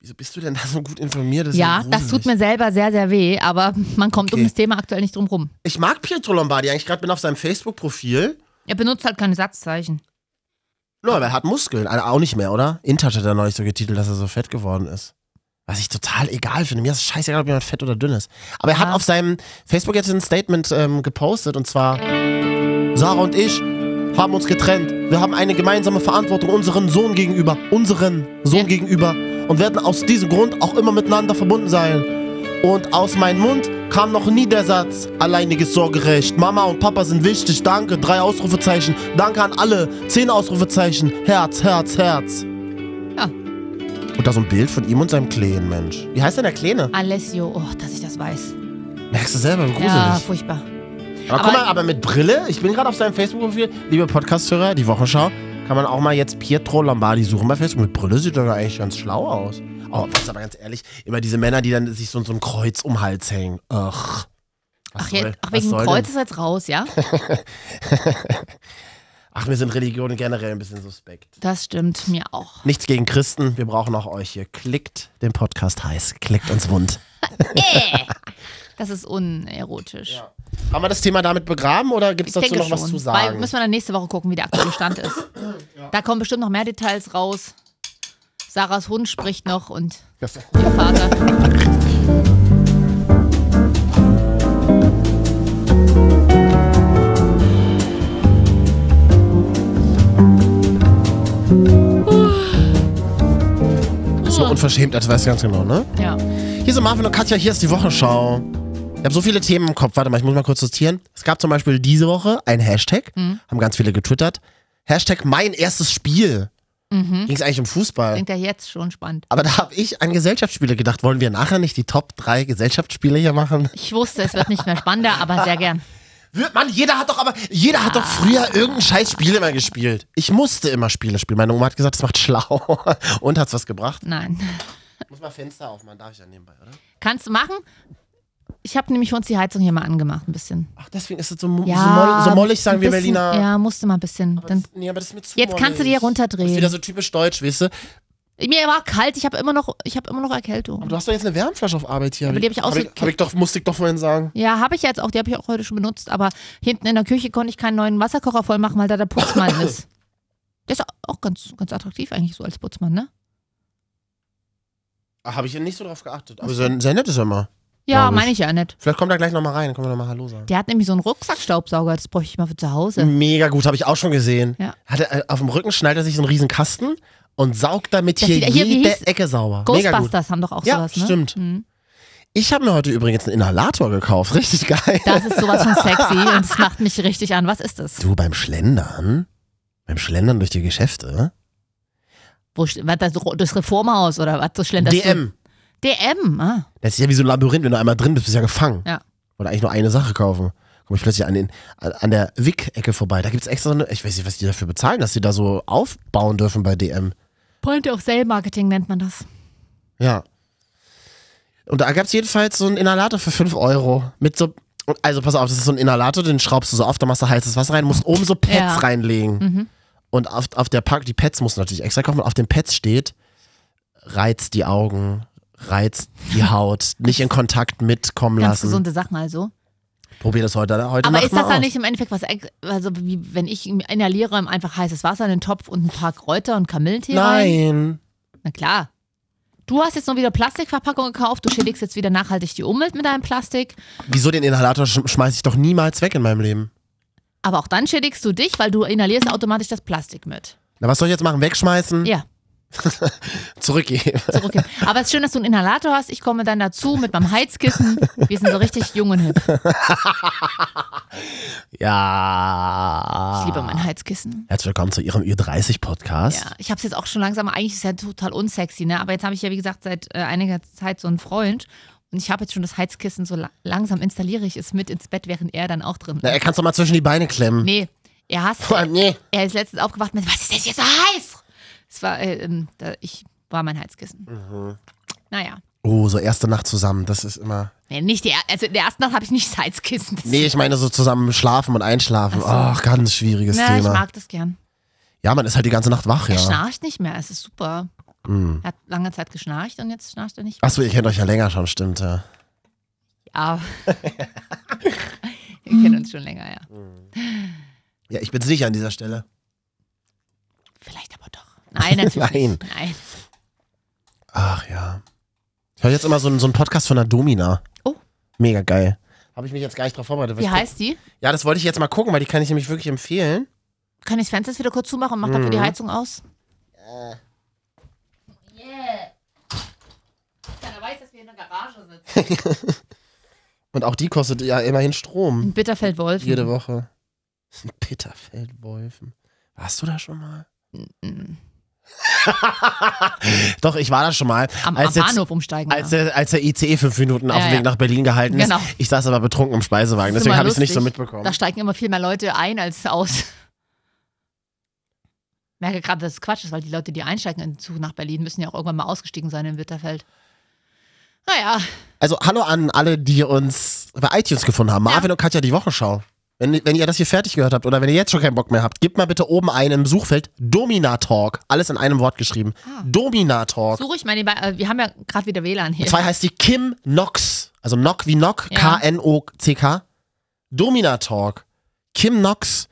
S2: Wieso bist du denn da so gut informiert? Das ist
S1: Ja, das
S2: gruselig.
S1: tut mir selber sehr, sehr weh, aber man kommt
S2: Okay.
S1: um das Thema aktuell nicht drum rum.
S2: Ich mag Pietro Lombardi eigentlich gerade bin auf seinem Facebook-Profil.
S1: Er benutzt halt keine Satzzeichen.
S2: No, aber er hat Muskeln. Also auch nicht mehr, oder? Intouch hat er neulich so getitelt, dass er so fett geworden ist. Was ich total egal finde. Mir ist scheißegal, ob jemand fett oder dünn ist. Aber er hat
S1: Ja.
S2: auf seinem Facebook jetzt ein Statement ähm, gepostet und zwar: Sarah und ich haben uns getrennt. Wir haben eine gemeinsame Verantwortung unserem Sohn gegenüber. Unseren Sohn
S1: Ja.
S2: gegenüber. Und werden aus diesem Grund auch immer miteinander verbunden sein. Und aus meinem Mund kam noch nie der Satz, alleiniges Sorgerecht. Mama und Papa sind wichtig, danke, drei Ausrufezeichen. Danke an alle, zehn Ausrufezeichen. Herz, Herz, Herz.
S1: Ja.
S2: Und da so ein Bild von ihm und seinem Kleen, Mensch. Wie heißt denn der Kleene?
S1: Alessio, oh, dass ich das weiß.
S2: Merkst du selber, wie
S1: Ja,
S2: gruselig.
S1: furchtbar.
S2: aber, guck
S1: aber-
S2: mal, aber mit Brille, ich bin gerade auf seinem Facebook-Profil, liebe Podcast-Hörer, die Wochenschau, kann man auch mal jetzt Pietro Lombardi suchen bei Facebook. Mit Brille sieht er doch eigentlich ganz schlau aus. Oh, was aber ganz ehrlich, immer diese Männer, die dann sich so, so ein Kreuz um den Hals hängen. Ach. Was
S1: Ach,
S2: soll-
S1: jetzt, ach
S2: was
S1: wegen
S2: soll
S1: Kreuz
S2: denn?
S1: ist er jetzt raus,
S2: [laughs]
S1: ja?
S2: Ach, mir sind Religionen generell ein bisschen suspekt.
S1: Das stimmt mir auch.
S2: Nichts gegen Christen, wir brauchen auch euch hier. Klickt den Podcast heiß, klickt uns wund.
S1: Äh, das ist unerotisch.
S2: Haben wir das Thema damit begraben oder gibt es
S1: Ich
S2: dazu
S1: denke
S2: noch
S1: schon.
S2: was zu
S1: Weil
S2: sagen?
S1: müssen wir dann nächste Woche gucken, wie der aktuelle Stand
S2: [laughs]
S1: ist. Da kommen bestimmt noch mehr Details raus. Sarahs Hund spricht noch und ihr Vater.
S2: So unverschämt, das weiß ich ganz genau, ne?
S1: Ja.
S2: Hier sind Marvin und Katja, hier ist die Wochenschau. Ich habe so viele Themen im Kopf. Warte mal, ich muss mal kurz sortieren. Es gab zum Beispiel diese Woche ein Hashtag, haben ganz viele getwittert. Hashtag mein erstes Spiel. Ging es eigentlich um Fußball.
S1: Klingt ja jetzt schon spannend.
S2: Aber da habe ich an Gesellschaftsspiele gedacht. Wollen wir nachher nicht die Top 3 Gesellschaftsspiele hier machen?
S1: Ich wusste, es wird nicht mehr spannender, aber sehr gern.
S2: Wird- Mann, jeder hat doch aber, jeder hat doch früher irgendein scheiß Spiel immer gespielt. Ich musste immer Spiele spielen. Meine Oma hat gesagt, das macht schlau. [laughs] Und hat's was gebracht?
S1: Nein.
S2: Muss mal Fenster aufmachen, darf ich ja nebenbei, oder?
S1: Kannst du machen? ich habe nämlich für uns die Heizung hier mal angemacht, ein bisschen.
S2: Ach, deswegen ist es so, mo- so, moll, so mollig, sagen
S1: ein
S2: wir
S1: bisschen,
S2: Berliner.
S1: Ja, musste mal ein bisschen.
S2: Aber
S1: Dann,
S2: das, nee, aber das ist mir zu
S1: Jetzt kannst du die ja
S2: mollig.
S1: runterdrehen.
S2: Das ist wieder so typisch deutsch, weißt du?
S1: mir war kalt, ich habe immer noch, ich habe immer noch
S2: Aber
S1: Erkältung.
S2: du hast doch jetzt eine Wärmflasche auf Arbeit hier.
S1: Aber die hab ich
S2: hab ich,
S1: ausgekippt.
S2: hab ich doch, musste ich doch vorhin sagen.
S1: Ja, habe ich jetzt auch, die habe ich auch heute schon benutzt, aber hinten in der Küche konnte ich keinen neuen Wasserkocher voll machen, weil da der
S2: [laughs]
S1: Putzmann ist. Der ist auch ganz, ganz attraktiv eigentlich so als Putzmann, ne?
S2: Ah, Habe ich nicht so drauf geachtet.
S1: Ach
S2: Aber
S1: so.
S2: sehr, sehr nett ist er mal. Glaub
S1: Ja,
S2: ich.
S1: meine ich ja nicht.
S2: Vielleicht kommt er gleich nochmal rein, dann können wir nochmal Hallo sagen.
S1: Der hat nämlich so einen Rucksackstaubsauger, das bräuchte ich mal für zu Hause.
S2: Mega gut, habe ich auch schon gesehen.
S1: Ja.
S2: Hat er, äh, auf dem Rücken schneidet er sich so einen riesen Kasten und saugt damit
S1: Das
S2: hier,
S1: sieht- hier, wie
S2: jede
S1: hieß-
S2: Ecke sauber. Mega gut.
S1: Ghostbusters haben doch auch
S2: Ja,
S1: sowas, ne?
S2: stimmt.
S1: Mhm.
S2: Ich habe mir heute übrigens einen Inhalator gekauft. [laughs] Richtig geil.
S1: Das ist sowas von sexy und es macht mich richtig an. Was ist das?
S2: Du, beim Schlendern, beim Schlendern durch die Geschäfte.
S1: Wo, sch- was, das, das Reformhaus oder was? So schlenderst du-
S2: DM.
S1: DM, ah.
S2: Das ist ja wie so ein Labyrinth, wenn du einmal drin bist, bist du ja gefangen.
S1: Ja.
S2: Oder eigentlich nur eine Sache kaufen. Komme ich plötzlich an, den, an- an der Wick-Ecke vorbei. Da gibt's extra so eine, ich weiß nicht, was die dafür bezahlen, dass die da so aufbauen dürfen bei DM.
S1: Point of Sale Marketing nennt man das.
S2: Ja. Und da gab's jedenfalls so einen Inhalator für 5 Euro. Mit so, und- also pass auf, das ist so ein Inhalator, den schraubst du so auf, da machst du heißes Wasser rein, musst oben so Pads
S1: Ja.
S2: reinlegen.
S1: Mhm.
S2: Und auf, auf der Pack, die Pads musst du natürlich extra kaufen. Und auf den Pads steht, reizt die Augen, reizt die Haut, nicht in Kontakt mitkommen
S1: Ganz
S2: lassen.
S1: gesunde Sachen also.
S2: Probier das heute, heute
S1: Aber
S2: Nacht
S1: ist das
S2: mal
S1: dann
S2: aus.
S1: nicht im Endeffekt was, ex- also wie wenn ich inhaliere, einfach heißes Wasser in den Topf und ein paar Kräuter und Kamillentee rein?
S2: Nein.
S1: Na klar. Du hast jetzt nur wieder Plastikverpackung gekauft, du
S2: Mhm.
S1: schädigst jetzt wieder nachhaltig die Umwelt mit deinem Plastik,
S2: Wieso den Inhalator sch schmeiß ich doch niemals weg in meinem Leben?
S1: aber auch dann schädigst du dich, weil du inhalierst automatisch das Plastik mit.
S2: Na, was soll ich jetzt machen? Wegschmeißen?
S1: Ja,
S2: [laughs] Zurückgeben. [laughs]
S1: zurückgeben. aber es ist schön, dass du einen Inhalator hast. Ich komme dann dazu mit meinem Heizkissen. Wir sind so richtig jung und hip.
S2: Ja.
S1: Ich liebe mein Heizkissen.
S2: Herzlich willkommen zu Ihrem Ü30-Podcast.
S1: Ja, ich habe es jetzt auch schon langsam, eigentlich ist es ja total unsexy, ne? Aber jetzt habe ich ja, wie gesagt, seit äh, einiger Zeit so einen Freund und ich habe jetzt schon das Heizkissen, so la langsam installiere ich es mit ins Bett, während er dann auch drin
S2: Na,
S1: ist.
S2: er kann's doch mal zwischen die Beine klemmen.
S1: Nee, er hasst,
S2: Vor allem, nee.
S1: er ist letztens aufgewacht und meinte, was ist das hier so heiß? Es war, äh, ähm, da, ich war mein Heizkissen.
S2: Mhm.
S1: Naja.
S2: Oh, so erste Nacht zusammen, das ist immer.
S1: Nee, nicht die, er- also in der ersten Nacht habe ich nicht das Heizkissen. Das
S2: Nee, ich meine so zusammen schlafen und einschlafen. Ach,
S1: Ach
S2: ganz schwieriges
S1: Na, ich
S2: Thema.
S1: mag das gern.
S2: Ja, man ist halt die ganze Nacht wach,
S1: Er
S2: ja.
S1: schnarcht nicht mehr, es ist super.
S2: Mhm.
S1: Er hat lange Zeit geschnarcht und jetzt schnarcht er nicht mehr.
S2: Achso, ihr kennt euch ja länger schon, stimmt, ja. Ah.
S1: Ja.
S2: [laughs]
S1: Wir kennen uns schon länger, ja.
S2: Ja, ich bin's nicht an dieser Stelle.
S1: Vielleicht aber doch.
S2: [laughs]
S1: Nein, natürlich.
S2: Nein.
S1: Nicht. Nein.
S2: Ach ja. Ich höre jetzt immer so, einen- so einen Podcast von der Domina.
S1: Oh.
S2: Mega geil. Habe ich mich jetzt gar nicht drauf vorbereitet. weil
S1: Wie
S2: ich-
S1: heißt die?
S2: Ja, das wollte ich jetzt mal gucken, weil die kann ich nämlich wirklich empfehlen.
S1: Kann ich das Fenster jetzt wieder kurz zumachen und mach dafür die
S2: Mhm.
S1: Heizung aus? Äh. Keiner weiß, dass wir in der Garage sitzen.
S2: Und auch die kostet ja immerhin Strom.
S1: In Bitterfeld-Wolf.
S2: Jede Woche. Bitterfeldwolfen. Warst du da schon mal? Doch, ich war da schon mal.
S1: Am, am
S2: als jetzt-
S1: Bahnhof umsteigen.
S2: Als
S1: ja.
S2: der, als der ICE fünf Minuten auf
S1: Ja,
S2: dem
S1: ja.
S2: Weg nach Berlin gehalten ist.
S1: Genau.
S2: Ich saß aber betrunken im Speisewagen,
S1: Das ist
S2: deswegen
S1: immer
S2: habe ich es nicht so
S1: lustig.
S2: mitbekommen.
S1: Da steigen immer viel mehr Leute ein als aus. Merke gerade, dass es Quatsch ist, weil die Leute, die einsteigen in den Zug nach Berlin, müssen ja auch irgendwann mal ausgestiegen sein in Bitterfeld. Naja,
S2: Also hallo an alle, die uns bei iTunes gefunden haben. Marvin und Katja, die Wochenschau. Wenn, wenn ihr das hier fertig gehört habt oder wenn ihr jetzt schon keinen Bock mehr habt, gebt mal bitte oben ein im Suchfeld Domina Talk. Alles in einem Wort geschrieben.
S1: Ah.
S2: Domina Talk.
S1: suche ich meine, äh, wir haben ja gerade wieder WLAN hier.
S2: Und zwar heißt die Kim Knox. Also Knock wie Knock.
S1: Ja.
S2: K-N-O-C-K. Domina Talk. Kim Knox.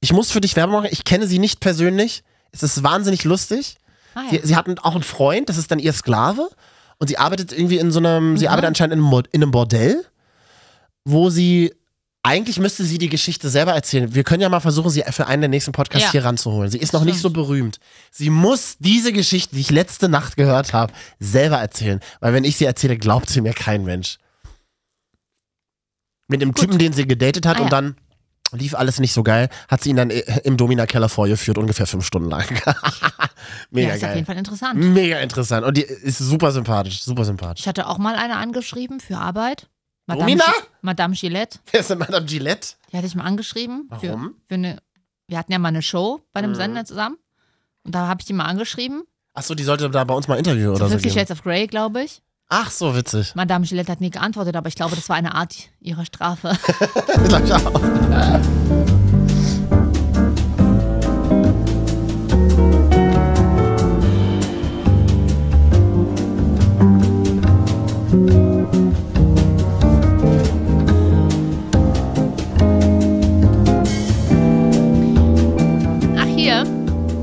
S2: Ich muss für dich Werbung machen. Ich kenne sie nicht persönlich. Es ist wahnsinnig lustig.
S1: Ah, ja.
S2: Sie, sie hat einen- auch einen Freund, das ist dann ihr Sklave. Und sie arbeitet irgendwie in so einem,
S1: Mhm.
S2: sie arbeitet anscheinend in einem, Mo- in einem Bordell, wo sie, eigentlich müsste sie die Geschichte selber erzählen. Wir können ja mal versuchen, sie für einen der nächsten Podcasts
S1: Ja.
S2: hier ranzuholen. Sie ist noch nicht so berühmt. Sie muss diese Geschichte, die ich letzte Nacht gehört habe, selber erzählen. Weil wenn ich sie erzähle, glaubt sie mir kein Mensch. Mit dem Typen, den sie gedatet hat
S1: Ah,
S2: und
S1: ja.
S2: dann lief alles nicht so geil, hat sie ihn dann äh, im Domina-Keller vorgeführt, ungefähr fünf Stunden lang. [laughs] Mega
S1: ja, ist auf
S2: geil.
S1: jeden Fall interessant.
S2: Mega interessant. Und die ist super sympathisch. Super sympathisch.
S1: Ich hatte auch mal eine angeschrieben für Arbeit. Madame,
S2: Domina?
S1: Gi- Madame Gillette.
S2: Wer ist denn Madame Gillette?
S1: Die hatte ich mal angeschrieben.
S2: Warum?
S1: Für, für eine, wir hatten ja mal eine Show bei einem
S2: Mhm.
S1: Sender zusammen. Und da habe ich die mal angeschrieben.
S2: Achso, die sollte da bei uns mal ein Interview
S1: Oder
S2: oder so
S1: Fifty
S2: geben.
S1: Shades of Grey, glaube ich.
S2: Ach so, witzig. [laughs]
S1: Madame Gillette hat nie geantwortet, aber ich glaube, das war eine Art ihrer Strafe. [laughs]
S2: Ich glaub, ich auch.
S1: Ach, hier.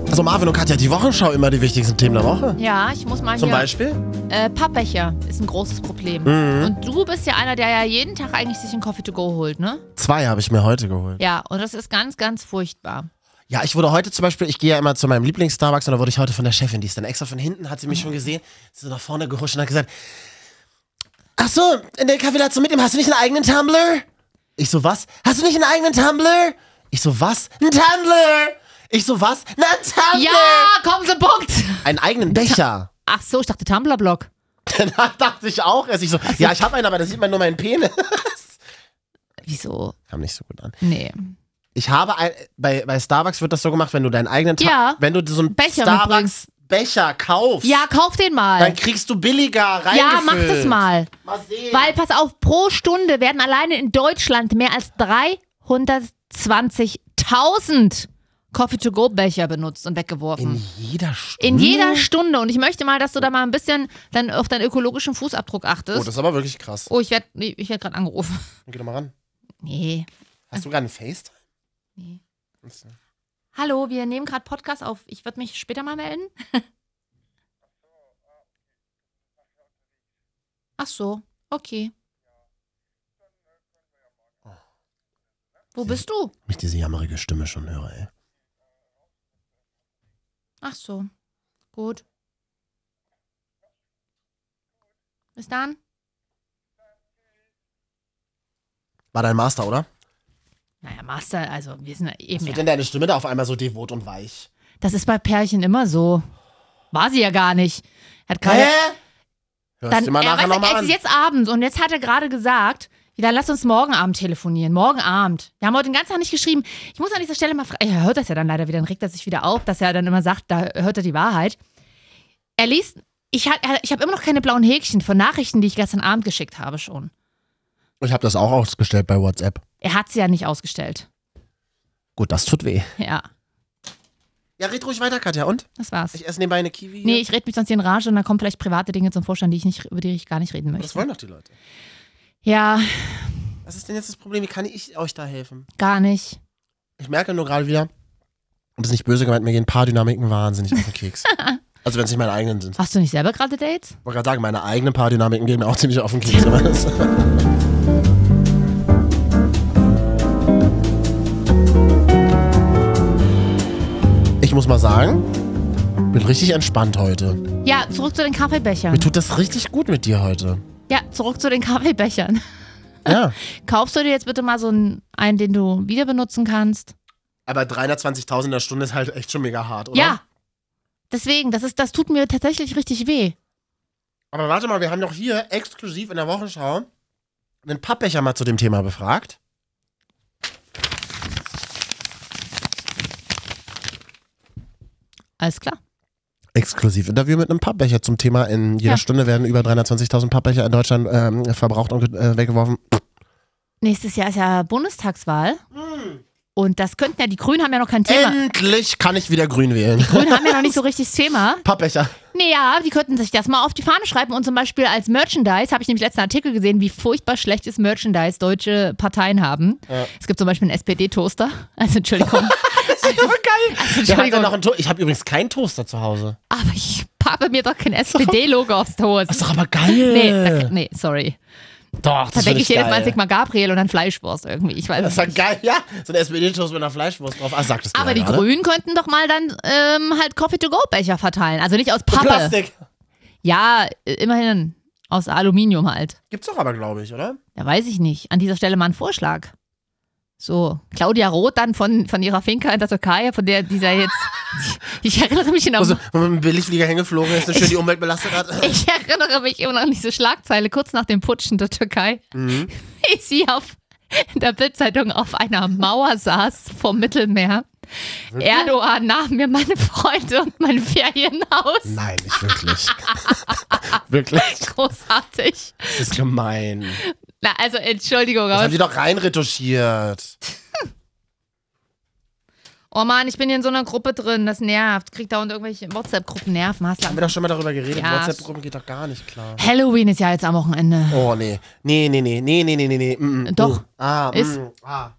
S2: Also Marvin und Katja, die Wochenschau immer die wichtigsten Themen der Woche.
S1: Ja, ich muss mal
S2: Zum
S1: hier.
S2: Beispiel? Mhm.
S1: Äh, Pappbecher ist ein großes Problem. Und du bist ja einer, der ja jeden Tag eigentlich sich einen Coffee to go holt, ne?
S2: Zwei habe ich mir heute geholt.
S1: Ja, und das ist ganz, ganz furchtbar.
S2: Ja, ich wurde heute zum Beispiel, ich gehe ja immer zu meinem Lieblings-Starbucks und da wurde ich heute von der Chefin, die ist dann extra von hinten, hat sie mich schon gesehen, ist so nach vorne gehuscht und hat gesagt, ach so, in der Kaffee dazu mit ihm, hast du nicht einen eigenen Tumblr? Ich so, was? Hast du nicht einen eigenen Tumblr? Ich so, was? Ein Tumblr! Ich so, was? Na, ein Tumblr!
S1: Ja, kommen Sie Punkt!
S2: Einen eigenen Becher.
S1: Ach so, ich dachte Tumblr-Blog.
S2: [laughs] Dann dachte ich auch erst, ich so, ja, ich habe einen, aber da sieht man nur meinen Penis. [laughs]
S1: Wieso?
S2: Kam nicht so gut an.
S1: Nee.
S2: Ich habe ein, bei, bei Starbucks wird das so gemacht, wenn du deinen eigenen Ta-
S1: Ja.
S2: wenn du so einen
S1: Becher
S2: Starbucks Becher kaufst,
S1: Ja, kauf den
S2: dann
S1: mal.
S2: kriegst du billiger rein.
S1: Äh, Ja, mach das mal.
S2: Mal sehen.
S1: Weil, pass auf, pro Stunde werden alleine in Deutschland mehr als 320.000 Coffee-to-go-Becher benutzt und weggeworfen.
S2: in jeder Stunde.
S1: In jeder Stunde. Und ich möchte mal, dass du da mal ein bisschen dann auf deinen ökologischen Fußabdruck
S2: Oh,
S1: achtest.
S2: das ist aber wirklich krass.
S1: Oh, ich werde ich werd gerade angerufen. [laughs]
S2: Geh doch mal ran.
S1: Nee.
S2: Hast du gerade einen FaceTime?
S1: Nee. Hallo, wir nehmen gerade Podcast auf. Ich würde mich später mal melden. [laughs] Ach so, okay. Wo bist du?
S2: Mich diese jammerige Stimme schon höre, ey.
S1: Ach so, gut. Bis dann.
S2: War dein Master, oder?
S1: Naja, Master, also wir sind ja
S2: Was
S1: eben.
S2: wird
S1: Ja.
S2: denn deine Stimme da auf einmal so devot und weich?
S1: Das ist bei Pärchen immer so. War sie ja gar nicht. Hat gerade.
S2: Hörst
S1: Dann,
S2: du mal
S1: er
S2: nachher
S1: weiß,
S2: nochmal
S1: es
S2: an.
S1: ist jetzt abends und jetzt hat er gerade gesagt, ja, dann lass uns morgen Abend telefonieren. Morgen Abend. Wir haben heute den ganzen Tag nicht geschrieben. Ich muss an dieser Stelle mal fragen. Er hört das ja dann leider wieder, dann regt er sich wieder auf, dass er dann immer sagt, da hört er die Wahrheit. Er liest, ich, ha- er- ich habe immer noch keine blauen Häkchen von Nachrichten, die ich gestern Abend geschickt habe schon.
S2: Ich habe das auch ausgestellt bei WhatsApp.
S1: Er hat sie ja nicht ausgestellt.
S2: Gut, das tut weh.
S1: Ja,
S2: Ja, red ruhig weiter, Katja. Und?
S1: das war's.
S2: Ich esse nebenbei eine Kiwi.
S1: nee, ich rede mich sonst hier in Rage und dann kommen vielleicht private Dinge zum Vorstand, die ich nicht, über die ich gar nicht reden
S2: das
S1: möchte.
S2: wollen doch die Leute.
S1: Ja,
S2: Was ist denn jetzt das Problem? Wie kann ich euch da helfen?
S1: gar nicht.
S2: Ich merke nur gerade wieder, und das ist nicht böse gemeint, mir gehen ein paar Dynamiken wahnsinnig auf den Keks. also wenn es nicht meine eigenen sind.
S1: Hast du nicht selber gerade Dates?
S2: Ich wollte gerade sagen, meine eigenen paar Dynamiken gehen mir auch ziemlich auf den Keks. aber das- [laughs] ich muss mal sagen, bin richtig entspannt heute.
S1: Ja, zurück zu den Kaffeebechern.
S2: Mir tut das richtig gut mit dir heute.
S1: Ja, zurück zu den Kaffeebechern.
S2: [laughs] Ja.
S1: Kaufst du dir jetzt bitte mal so einen, einen den du wieder benutzen kannst?
S2: Aber 320.000 in der Stunde ist halt echt schon mega hart, oder?
S1: Ja. Deswegen, das, ist, das tut mir tatsächlich richtig weh.
S2: Aber warte mal, wir haben doch hier exklusiv in der Wochenschau einen Pappbecher mal zu dem Thema befragt.
S1: Alles klar.
S2: Exklusiv Interview mit einem Pappbecher zum Thema. In jeder
S1: Ja.
S2: Stunde werden über 320.000 Pappbecher in Deutschland ähm, verbraucht und ge- äh, weggeworfen.
S1: Nächstes Jahr ist ja Bundestagswahl.
S2: Mm.
S1: Und das könnten ja, die Grünen haben ja noch kein Thema.
S2: Äh. Endlich kann ich wieder grün [laughs] wählen.
S1: Grünen haben ja noch nicht so richtig das Thema.
S2: Pappbecher.
S1: Naja, die könnten sich das mal auf die Fahne schreiben und zum Beispiel als Merchandise, habe ich nämlich letzten Artikel gesehen, wie furchtbar schlechtes Merchandise deutsche Parteien haben. Es gibt zum Beispiel einen SPD-Toaster. Also
S2: [laughs]
S1: Entschuldigung. Also,
S2: Wir hatten ja noch einen to ich habe übrigens keinen Toaster zu Hause.
S1: aber ich pappe mir doch kein SPD-Logo aufs Toast.
S2: Das ist doch aber geil.
S1: Nee, da, nee, sorry.
S2: doch,
S1: Da
S2: das
S1: denke
S2: finde
S1: ich jedes Mal an
S2: geil.
S1: Sigmar Gabriel und dann Fleischwurst irgendwie. Ich weiß
S2: Das
S1: es
S2: war
S1: nicht.
S2: geil, ja. So ein SPD-Toast mit einer Fleischwurst drauf. Ah, sagtest du
S1: Aber
S2: ja
S1: die
S2: gerade.
S1: Grünen könnten doch mal dann ähm, halt Coffee-to-go-Becher verteilen. Also nicht aus Pappe.
S2: Plastik.
S1: Ja, äh, immerhin aus Aluminium halt.
S2: Gibt's doch aber, glaube ich, oder?
S1: Da weiß ich nicht. An dieser Stelle mal ein Vorschlag. So, Claudia Roth dann von, von ihrer Finca in der Türkei, von der dieser jetzt. [laughs] Ich erinnere mich genau. noch.
S2: Also, wenn man mit dem Billigflieger hingeflogen ist und schön die Umwelt belastet hat.
S1: [laughs] Ich erinnere mich immer noch an diese Schlagzeile kurz nach dem Putsch in der Türkei.
S2: Mhm.
S1: Wie sie auf in der Bildzeitung auf einer Mauer saß vom Mittelmeer Erdogan nahm mir meine Freunde und mein
S2: [laughs]
S1: Ferienhaus.
S2: Nein, nicht wirklich. wirklich?
S1: Großartig.
S2: Das ist gemein.
S1: Na, also Entschuldigung,
S2: Das haben
S1: aber,
S2: die doch reinretuschiert.
S1: oh Mann, ich bin hier in so einer Gruppe drin, das nervt. Krieg da unter irgendwelche WhatsApp-Gruppen Nerven. Hast du
S2: Haben wir doch schon mal darüber geredet.
S1: Ja.
S2: WhatsApp-Gruppen geht doch gar nicht klar.
S1: Halloween ist ja jetzt am Wochenende.
S2: Oh, nee. Nee, nee, nee, nee, nee, nee, nee, nee. Mm, mm,
S1: Doch.
S2: mm. Ah,
S1: Ist-
S2: mm, ah.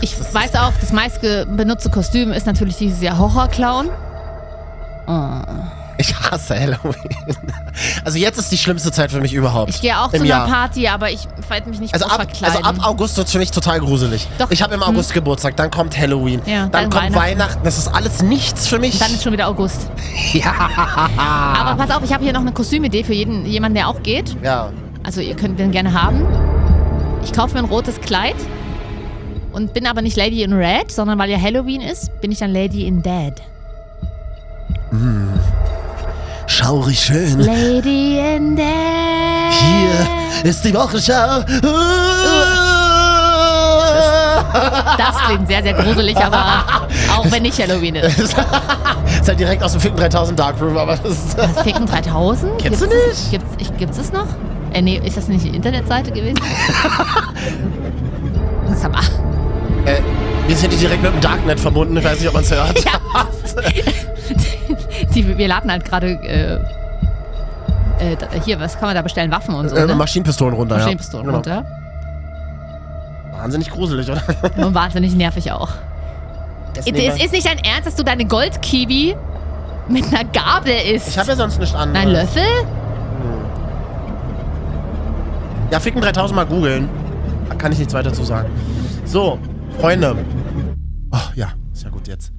S1: Ich weiß auch, das meiste benutzte Kostüm ist natürlich dieses Jahr Horrorclown.
S2: Ich hasse Halloween. Also jetzt ist die schlimmste Zeit für mich überhaupt.
S1: Ich gehe auch
S2: Im
S1: zu
S2: Jahr.
S1: einer Party, aber ich werde mich nicht
S2: Also
S1: groß
S2: ab, also
S1: verkleiden.
S2: ab August wird für mich total gruselig.
S1: Doch. Hm.
S2: Ich habe im August Geburtstag, dann kommt Halloween,
S1: Ja,
S2: dann,
S1: dann
S2: kommt Weihnachten.
S1: Weihnachten.
S2: Das ist alles nichts für mich.
S1: Dann ist schon wieder
S2: [laughs]
S1: August.
S2: ja.
S1: Aber pass auf, ich habe hier noch eine Kostümidee für jeden, jemanden, der auch geht.
S2: ja.
S1: Also ihr könnt den gerne haben. Ich kaufe mir ein rotes Kleid und bin aber nicht Lady in Red, sondern weil ja Halloween ist, bin ich dann Lady in Dead.
S2: Schaurig schön.
S1: Lady in Dead.
S2: Hier ist die Wochenschau.
S1: Das klingt sehr, sehr gruselig,
S2: [laughs]
S1: aber auch wenn nicht Halloween ist.
S2: ist halt direkt aus dem Ficken 3000 Darkroom, aber das ist...
S1: Was, Ficken 3000? gibt's
S2: Kennst du
S1: Es, gibt's, ich, gibt's es noch? Äh, nee, ist das nicht eine Internetseite
S2: [laughs]
S1: gewesen? Das ist aber...
S2: Äh, wir sind hier direkt mit dem Darknet verbunden. Ich weiß nicht, ob man es hört.
S1: Ja. [laughs] Die, wir laden halt gerade... Äh, äh, da- hier, was kann man da bestellen? Waffen und so,
S2: Äh,
S1: ne?
S2: Maschinenpistolen runter, ja.
S1: Maschinenpistolen
S2: Genau.
S1: runter.
S2: Wahnsinnig gruselig, oder?
S1: Und wahnsinnig nervig
S2: [laughs]
S1: auch. Es ist nicht dein Ernst, dass du deine Goldkiwi mit einer Gabel isst.
S2: ich habe ja sonst nichts anderes.
S1: Ein Löffel?
S2: Ja, Ficken 3000 mal googeln. Da kann ich nichts weiter zu sagen. So, Freunde. Oh, ja, ist ja gut jetzt.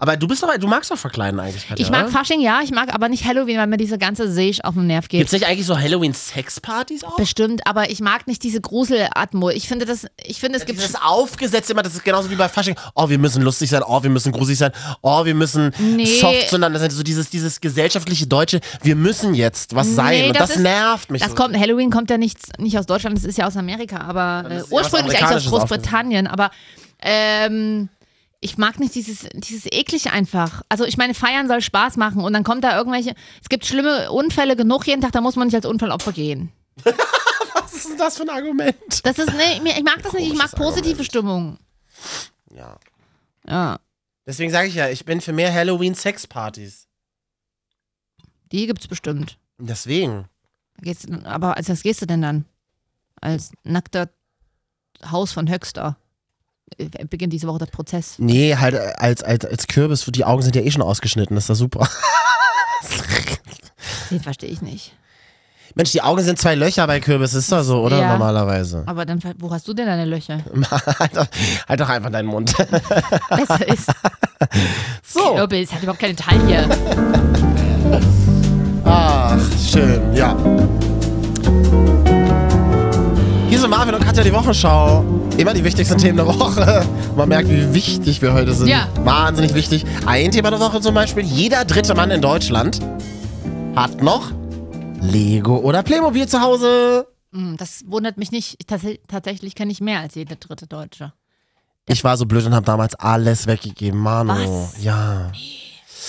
S2: Aber du bist doch, du magst doch verkleiden eigentlich, Katja,
S1: Ich mag
S2: oder?
S1: Fasching, ja, ich mag aber nicht Halloween, weil mir diese ganze Seesch auf den Nerv geht.
S2: Gibt's nicht eigentlich so Halloween-Sexpartys auch?
S1: Bestimmt, aber ich mag nicht diese Gruselatmo. Ich finde das, ich finde es gibt,
S2: Dieses aufgesetzt immer, das ist genauso wie bei Fasching. Oh, wir müssen lustig sein, oh, wir müssen gruselig sein, oh, wir müssen
S1: Nee.
S2: soft sein. Das ist so dieses, dieses gesellschaftliche Deutsche, wir müssen jetzt was sein. Und das,
S1: das ist-
S2: nervt mich.
S1: das
S2: so.
S1: kommt, Halloween kommt ja nicht, nicht aus Deutschland, das ist ja aus Amerika, aber
S2: Dann
S1: äh,
S2: ist ja was
S1: ursprünglich eigentlich aus
S2: Amerikanisches
S1: Großbritannien, aber ähm, ich mag nicht dieses, dieses eklig einfach. Also ich meine, feiern soll Spaß machen und dann kommt da irgendwelche, es gibt schlimme Unfälle genug jeden Tag, da muss man nicht als Unfallopfer gehen.
S2: Was ist denn das für ein Argument?
S1: Das ist, nee, mir- ich mag das nicht, ich mag
S2: Komisches
S1: positive
S2: Argument.
S1: Stimmung.
S2: Ja.
S1: Ja,
S2: Deswegen sage ich ja, ich bin für mehr Halloween-Sexpartys.
S1: die gibt's bestimmt.
S2: Deswegen.
S1: Da Gehst, du- aber als was gehst du denn dann? Als nackter Haus von Höxter. Äh, Beginnt diese Woche der Prozess.
S2: Nee, halt äh, als, als, als Kürbis, die Augen sind ja eh schon ausgeschnitten, das ist
S1: [laughs]
S2: ja super.
S1: Den verstehe ich nicht.
S2: Mensch, die Augen sind zwei Löcher bei Kürbis, ist doch so, oder?
S1: Ja.
S2: Normalerweise. [laughs]
S1: Aber dann, ver- wo hast du denn deine Löcher?
S2: halt, doch, halt doch einfach deinen Mund.
S1: Besser ist.
S2: [laughs] So.
S1: Kürbis hat überhaupt keine Taille.
S2: Ach, schön, ja. Hier sind Marvin und Katja die Wochenschau. Immer die wichtigsten Themen der Woche. Man merkt, wie wichtig wir heute sind.
S1: Ja.
S2: Wahnsinnig wichtig. Ein Thema der Woche zum Beispiel. Jeder dritte Mann in Deutschland hat noch Lego oder Playmobil zu Hause.
S1: Hm, Das wundert mich nicht. Ich, tats- tatsächlich kenne ich mehr als jede dritte Deutsche.
S2: Ich war so blöd und habe damals alles weggegeben. Manu.
S1: Was?
S2: Ja.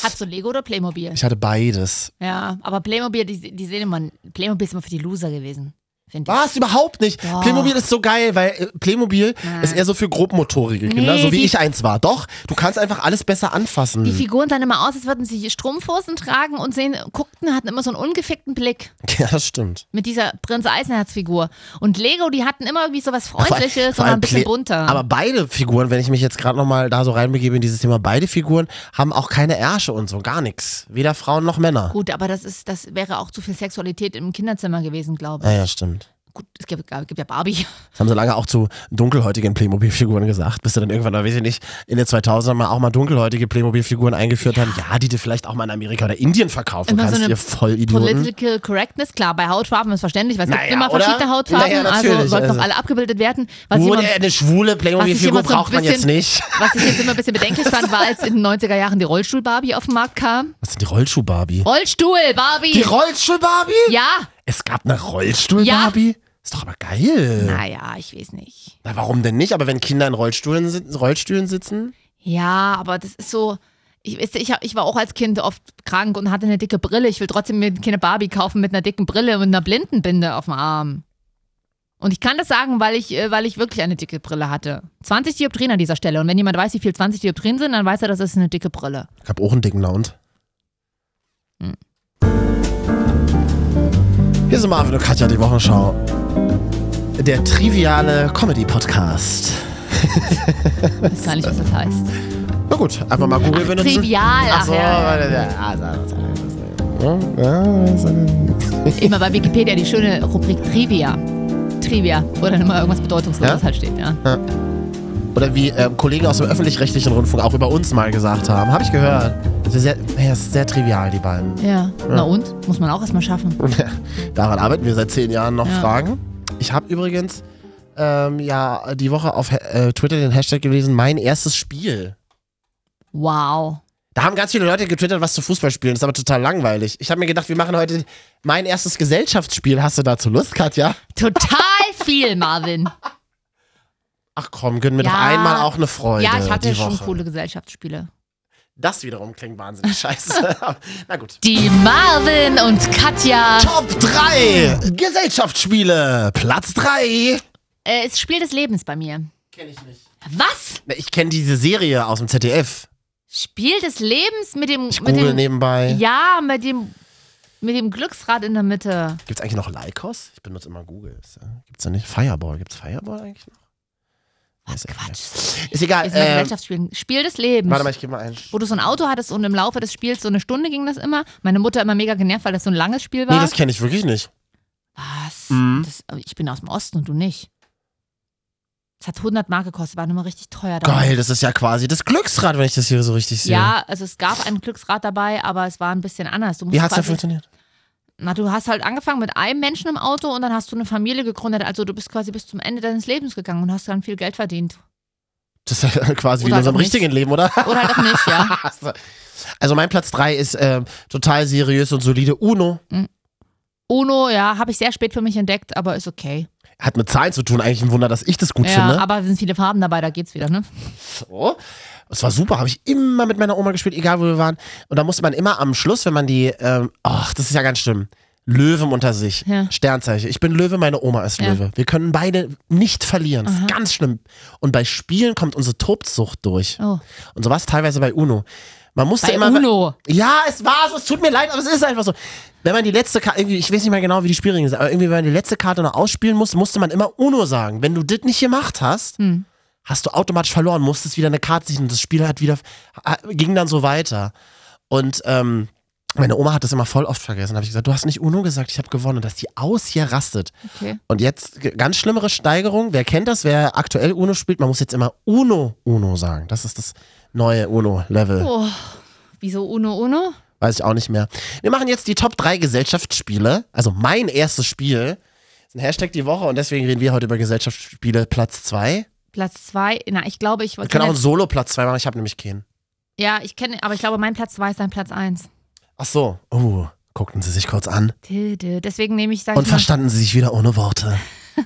S1: Hast du Lego oder Playmobil?
S2: Ich hatte beides.
S1: Ja, aber Playmobil, die, die sehen immer, Playmobil ist immer für die Loser gewesen. Finde ich.
S2: Was? Überhaupt nicht.
S1: Doch.
S2: Playmobil ist so geil, weil äh, Playmobil
S1: Nein.
S2: ist eher so für grobmotorige Kinder,
S1: Nee,
S2: so wie
S1: die-
S2: ich eins war. Doch, du kannst einfach alles besser anfassen.
S1: Die Figuren sahen immer aus, als würden sie Strumpfhosen tragen und sehen, guckten, hatten immer so einen ungefickten Blick.
S2: [laughs] ja, das stimmt.
S1: mit dieser Prinz Eisenherz-Figur. Und Lego, die hatten immer irgendwie so was Freundliches,
S2: vor
S1: aber
S2: allem
S1: ein bisschen
S2: Play-
S1: bunter.
S2: Aber beide Figuren, wenn ich mich jetzt gerade nochmal da so reinbegebe in dieses Thema, beide Figuren haben auch keine Ärsche und so, gar nichts. Weder Frauen noch Männer.
S1: Gut, aber das ist, das wäre auch zu viel Sexualität im Kinderzimmer gewesen, glaube ich.
S2: Ja, ja, stimmt.
S1: Gut, es gibt, gibt ja Barbie.
S2: Das haben sie lange auch zu dunkelhäutigen Playmobil-Figuren gesagt, bis sie dann irgendwann, weiß ich nicht, in den 2000ern mal auch mal dunkelhäutige Playmobil-Figuren eingeführt haben. Ja, die du vielleicht auch mal in Amerika oder Indien verkaufen
S1: Immer so
S2: kannst,
S1: eine
S2: ihr Vollidioten.
S1: Political Correctness, klar, bei Hautfarben ist verständlich, weil es
S2: Naja,
S1: gibt immer
S2: oder?
S1: verschiedene Hautfarben,
S2: Naja,
S1: also
S2: natürlich,
S1: sollten
S2: also.
S1: doch alle abgebildet werden. Was,
S2: Nur
S1: jemand,
S2: eine schwule Playmobil-Figur
S1: jemand so ein
S2: braucht man jetzt
S1: bisschen-
S2: nicht. [laughs]
S1: was ich jetzt immer ein bisschen bedenklich fand, war, als in den 90er Jahren die Rollstuhl-Barbie auf den Markt kam.
S2: Was sind die
S1: Oh,
S2: Rollschuh-Barbie?
S1: Rollstuhl-Barbie!
S2: Die Rollstuhl-Barbie?
S1: ja,
S2: Es gab eine Rollstuhl-Barbie? Ist doch aber geil.
S1: Naja, ich weiß nicht.
S2: Na, warum denn nicht? Aber wenn Kinder in Rollstühlen, sit- Rollstühlen sitzen?
S1: Ja, aber das ist so. Ich, weißt du, ich, hab, ich war auch als Kind oft krank und hatte eine dicke Brille. Ich will trotzdem mir keine Barbie kaufen mit einer dicken Brille und einer Blindenbinde auf dem Arm. Und ich kann das sagen, weil ich, äh, weil ich wirklich eine dicke Brille hatte. 20 Dioptrien an dieser Stelle. Und wenn jemand weiß, wie viel 20 Dioptrien sind, dann weiß er, das ist eine dicke Brille.
S2: Ich hab auch einen dicken Laund.
S1: Hm.
S2: Hier sind Marvin und Katja, die Wochenschau. Der triviale Comedy-Podcast.
S1: Ich weiß gar nicht, was das heißt.
S2: Na gut, einfach mal googeln, wenn uns-
S1: trivial, ach
S2: Achso,
S1: ja, ja,
S2: warte, ja, also, also, also, also, also.
S1: Immer bei Wikipedia die schöne Rubrik Trivia. Trivia, wo dann immer irgendwas Bedeutungsloses
S2: Ja?
S1: halt steht, ja.
S2: Oder wie ähm, Kollegen aus dem öffentlich-rechtlichen Rundfunk auch über uns mal gesagt haben. Habe ich gehört. Das ist, sehr, ja, das ist sehr trivial, die beiden. [laughs]
S1: Ja. Na und? Muss man auch erstmal schaffen.
S2: Daran arbeiten wir seit zehn Jahren noch
S1: Ja.
S2: Fragen. Ich habe übrigens ähm, ja die Woche auf Ha- äh, Twitter den Hashtag gelesen, mein erstes Spiel.
S1: Wow.
S2: Da haben ganz viele Leute getwittert, was zu Fußballspielen. Das ist aber total langweilig. Ich habe mir gedacht, wir machen heute mein erstes Gesellschaftsspiel. Hast du dazu Lust, Katja?
S1: Total viel, Marvin.
S2: Ach komm, gönnen wir
S1: Ja.
S2: doch einmal auch eine Freude.
S1: ja, ich hatte
S2: die
S1: schon
S2: Woche.
S1: coole Gesellschaftsspiele.
S2: Das wiederum klingt wahnsinnig [laughs] scheiße. Aber Na gut.
S1: Die Marvin und Katja.
S2: Top 3 Gesellschaftsspiele. Platz 3.
S1: Äh, ist Spiel des Lebens bei mir.
S2: Kenne ich nicht.
S1: Was?
S2: Na, ich kenne diese Serie aus dem ZDF.
S1: Spiel des Lebens mit dem.
S2: Ich
S1: mit
S2: google
S1: dem
S2: nebenbei.
S1: ja, mit dem. Mit dem Glücksrad in der Mitte.
S2: Gibt's eigentlich noch Lycos? Ich benutze immer Google. Ist, äh, Gibt's da nicht? Fireball. Gibt's Fireball eigentlich noch? Weiß ich nicht.
S1: Quatsch.
S2: Ist egal.
S1: Ist mal
S2: Ähm,
S1: Gesellschaftsspiel. Spiel des Lebens.
S2: warte mal, ich gebe mal ein. Nee,
S1: wo du so ein Auto hattest und im Laufe des Spiels so eine Stunde ging das immer. Meine Mutter immer mega genervt, weil das so ein langes Spiel war.
S2: das kenne ich wirklich nicht.
S1: Was?
S2: Mhm.
S1: Das, ich bin aus dem Osten und du nicht. Das hat 100 Mark gekostet, war nochmal richtig teuer. damals.
S2: Geil, das ist ja quasi das Glücksrad, wenn ich das hier so richtig sehe.
S1: Ja, also es gab ein Glücksrad dabei, aber es war ein bisschen anders. Du musst
S2: Wie hat's denn
S1: quasi-
S2: funktioniert?
S1: Na, du hast halt angefangen mit einem Menschen im Auto und dann hast du eine Familie gegründet. Also du bist quasi bis zum Ende deines Lebens gegangen und hast dann viel Geld verdient.
S2: Das ist ja [laughs] quasi wie in
S1: Oder
S2: unserem
S1: doch nicht.
S2: richtigen Leben, oder? [laughs]
S1: Oder halt auch nicht, ja.
S2: Also mein Platz 3 ist ähm, total seriös und solide. Uno
S1: Uno, ja, habe ich sehr spät für mich entdeckt, aber ist okay.
S2: hat mit Zahlen zu tun. Eigentlich ein Wunder, dass ich das gut
S1: ja,
S2: finde.
S1: aber sind viele Farben dabei, da geht's wieder, ne?
S2: So. Es war super, habe ich immer mit meiner Oma gespielt, egal wo wir waren. Und da musste man immer am Schluss, wenn man die, ähm, ach, das ist ja ganz schlimm. Löwen unter sich,
S1: Ja.
S2: Sternzeichen. Ich bin Löwe, meine Oma ist
S1: Ja.
S2: Löwe. Wir können beide nicht verlieren. Das
S1: Aha.
S2: ist ganz schlimm. Und bei Spielen kommt unsere Tobsucht durch.
S1: Oh.
S2: Und so war es teilweise bei Uno. Man musste
S1: Bei
S2: immer.
S1: Uno.
S2: Ja, es war so, es tut mir leid, aber es ist einfach so. Wenn man die letzte Karte, irgendwie, ich weiß nicht mehr genau, wie die Spielregeln sind, aber irgendwie, wenn man die letzte Karte noch ausspielen muss, musste man immer Uno sagen. Wenn du das nicht gemacht hast,
S1: Hm.
S2: hast du automatisch verloren, musstest wieder eine Karte ziehen und das Spiel hat wieder, ha- ging dann so weiter. Und ähm, meine Oma hat das immer voll oft vergessen. habe ich gesagt, du hast nicht Uno gesagt, ich habe gewonnen, Und dass die aus hier rastet.
S1: Okay.
S2: Und jetzt g- ganz schlimmere Steigerung. Wer kennt das? Wer aktuell Uno spielt, man muss jetzt immer Uno Uno sagen. Das ist das neue Uno-Level.
S1: Oh, wieso Uno Uno?
S2: Weiß ich auch nicht mehr. Wir machen jetzt die Top 3 Gesellschaftsspiele. Also mein erstes Spiel. Das ist ein Hashtag die Woche und deswegen reden wir heute über Gesellschaftsspiele Platz 2.
S1: Platz zwei. Na, ich glaube, ich
S2: Wir
S1: wollte.
S2: können auch einen Solo Platz 2 machen, ich habe nämlich keinen.
S1: Ja, ich kenne, aber ich glaube, mein Platz zwei ist dein Platz eins.
S2: Ach so. Oh, guckten sie sich kurz an
S1: Tilde. Deswegen nehme ich, sag
S2: und
S1: ich mal,
S2: verstanden sie sich wieder ohne Worte.
S1: [laughs]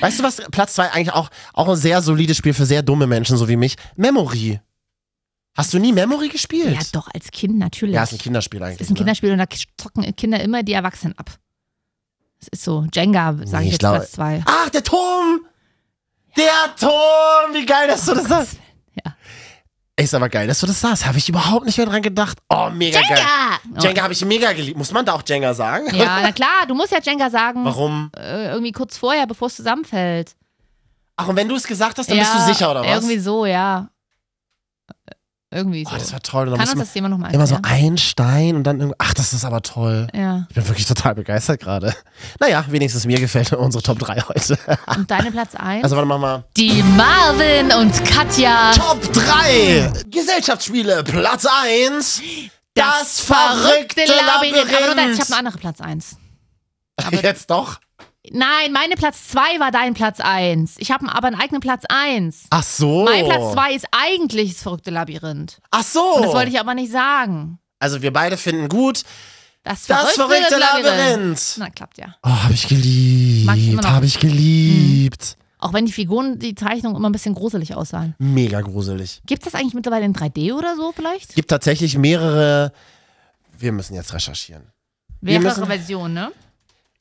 S2: Weißt du was, Platz 2 eigentlich auch, auch ein sehr solides Spiel für sehr dumme Menschen, so wie mich. Memory. Hast du nie Memory gespielt?
S1: Ja, doch, als Kind natürlich.
S2: Ja, ist ein Kinderspiel
S1: Es
S2: eigentlich.
S1: ist ein
S2: ne?
S1: Kinderspiel und da zocken Kinder immer die Erwachsenen ab. Es ist so. Jenga, sage
S2: Nee,
S1: ich
S2: ich
S1: jetzt
S2: glaube-
S1: Platz zwei.
S2: Ach, der Turm! Der Turm! Wie geil, dass du das sagst. Ist aber geil, dass du das sagst. Habe ich überhaupt nicht mehr dran gedacht. Oh, mega geil.
S1: Jenga! Oh.
S2: Jenga habe ich mega geliebt. Muss man da auch Jenga sagen?
S1: Ja, na klar, du musst ja Jenga sagen.
S2: [laughs] Warum?
S1: Äh, irgendwie kurz vorher, bevor es zusammenfällt.
S2: Ach, und wenn du es gesagt hast, dann
S1: ja,
S2: bist du sicher, oder was?
S1: Irgendwie so, ja. Äh, Irgendwie so.
S2: oh, das war toll. Dann
S1: Kann uns
S2: musste man
S1: das jemand nochmal
S2: Also immer so
S1: erklären?
S2: ein Stein und dann irgendwie. Ach, das ist aber toll.
S1: Ja.
S2: Ich bin wirklich total begeistert gerade. Naja, wenigstens mir gefällt unsere Top 3 heute.
S1: Und deine Platz eins?
S2: Also, warte, mach mal.
S1: Die Marvin und Katja.
S2: Top 3 Gesellschaftsspiele, Platz 1. Das, verrückte Labyrinth.
S1: Aber nur dein, ich habe einen anderen Platz 1.
S2: Jetzt doch?
S1: Nein, meine Platz 2 war dein Platz 1. Ich habe aber einen eigenen Platz 1.
S2: Ach so.
S1: Mein Platz 2 ist eigentlich das verrückte Labyrinth.
S2: Ach so.
S1: Und das wollte ich aber nicht sagen.
S2: also wir beide finden gut.
S1: Das
S2: Das
S1: verrückte,
S2: verrückte
S1: Labyrinth.
S2: Labyrinth.
S1: Na, klappt ja.
S2: Oh, hab ich
S1: Mag ich immer
S2: geliebt.
S1: noch. Mhm.
S2: Hab ich geliebt.
S1: Auch wenn die Figuren, die Zeichnung immer ein bisschen gruselig aussahen.
S2: Mega gruselig.
S1: Gibt es das eigentlich mittlerweile in 3D oder so vielleicht?
S2: gibt tatsächlich mehrere. Wir müssen jetzt recherchieren. wir
S1: Mehrere
S2: müssen-
S1: Versionen, ne?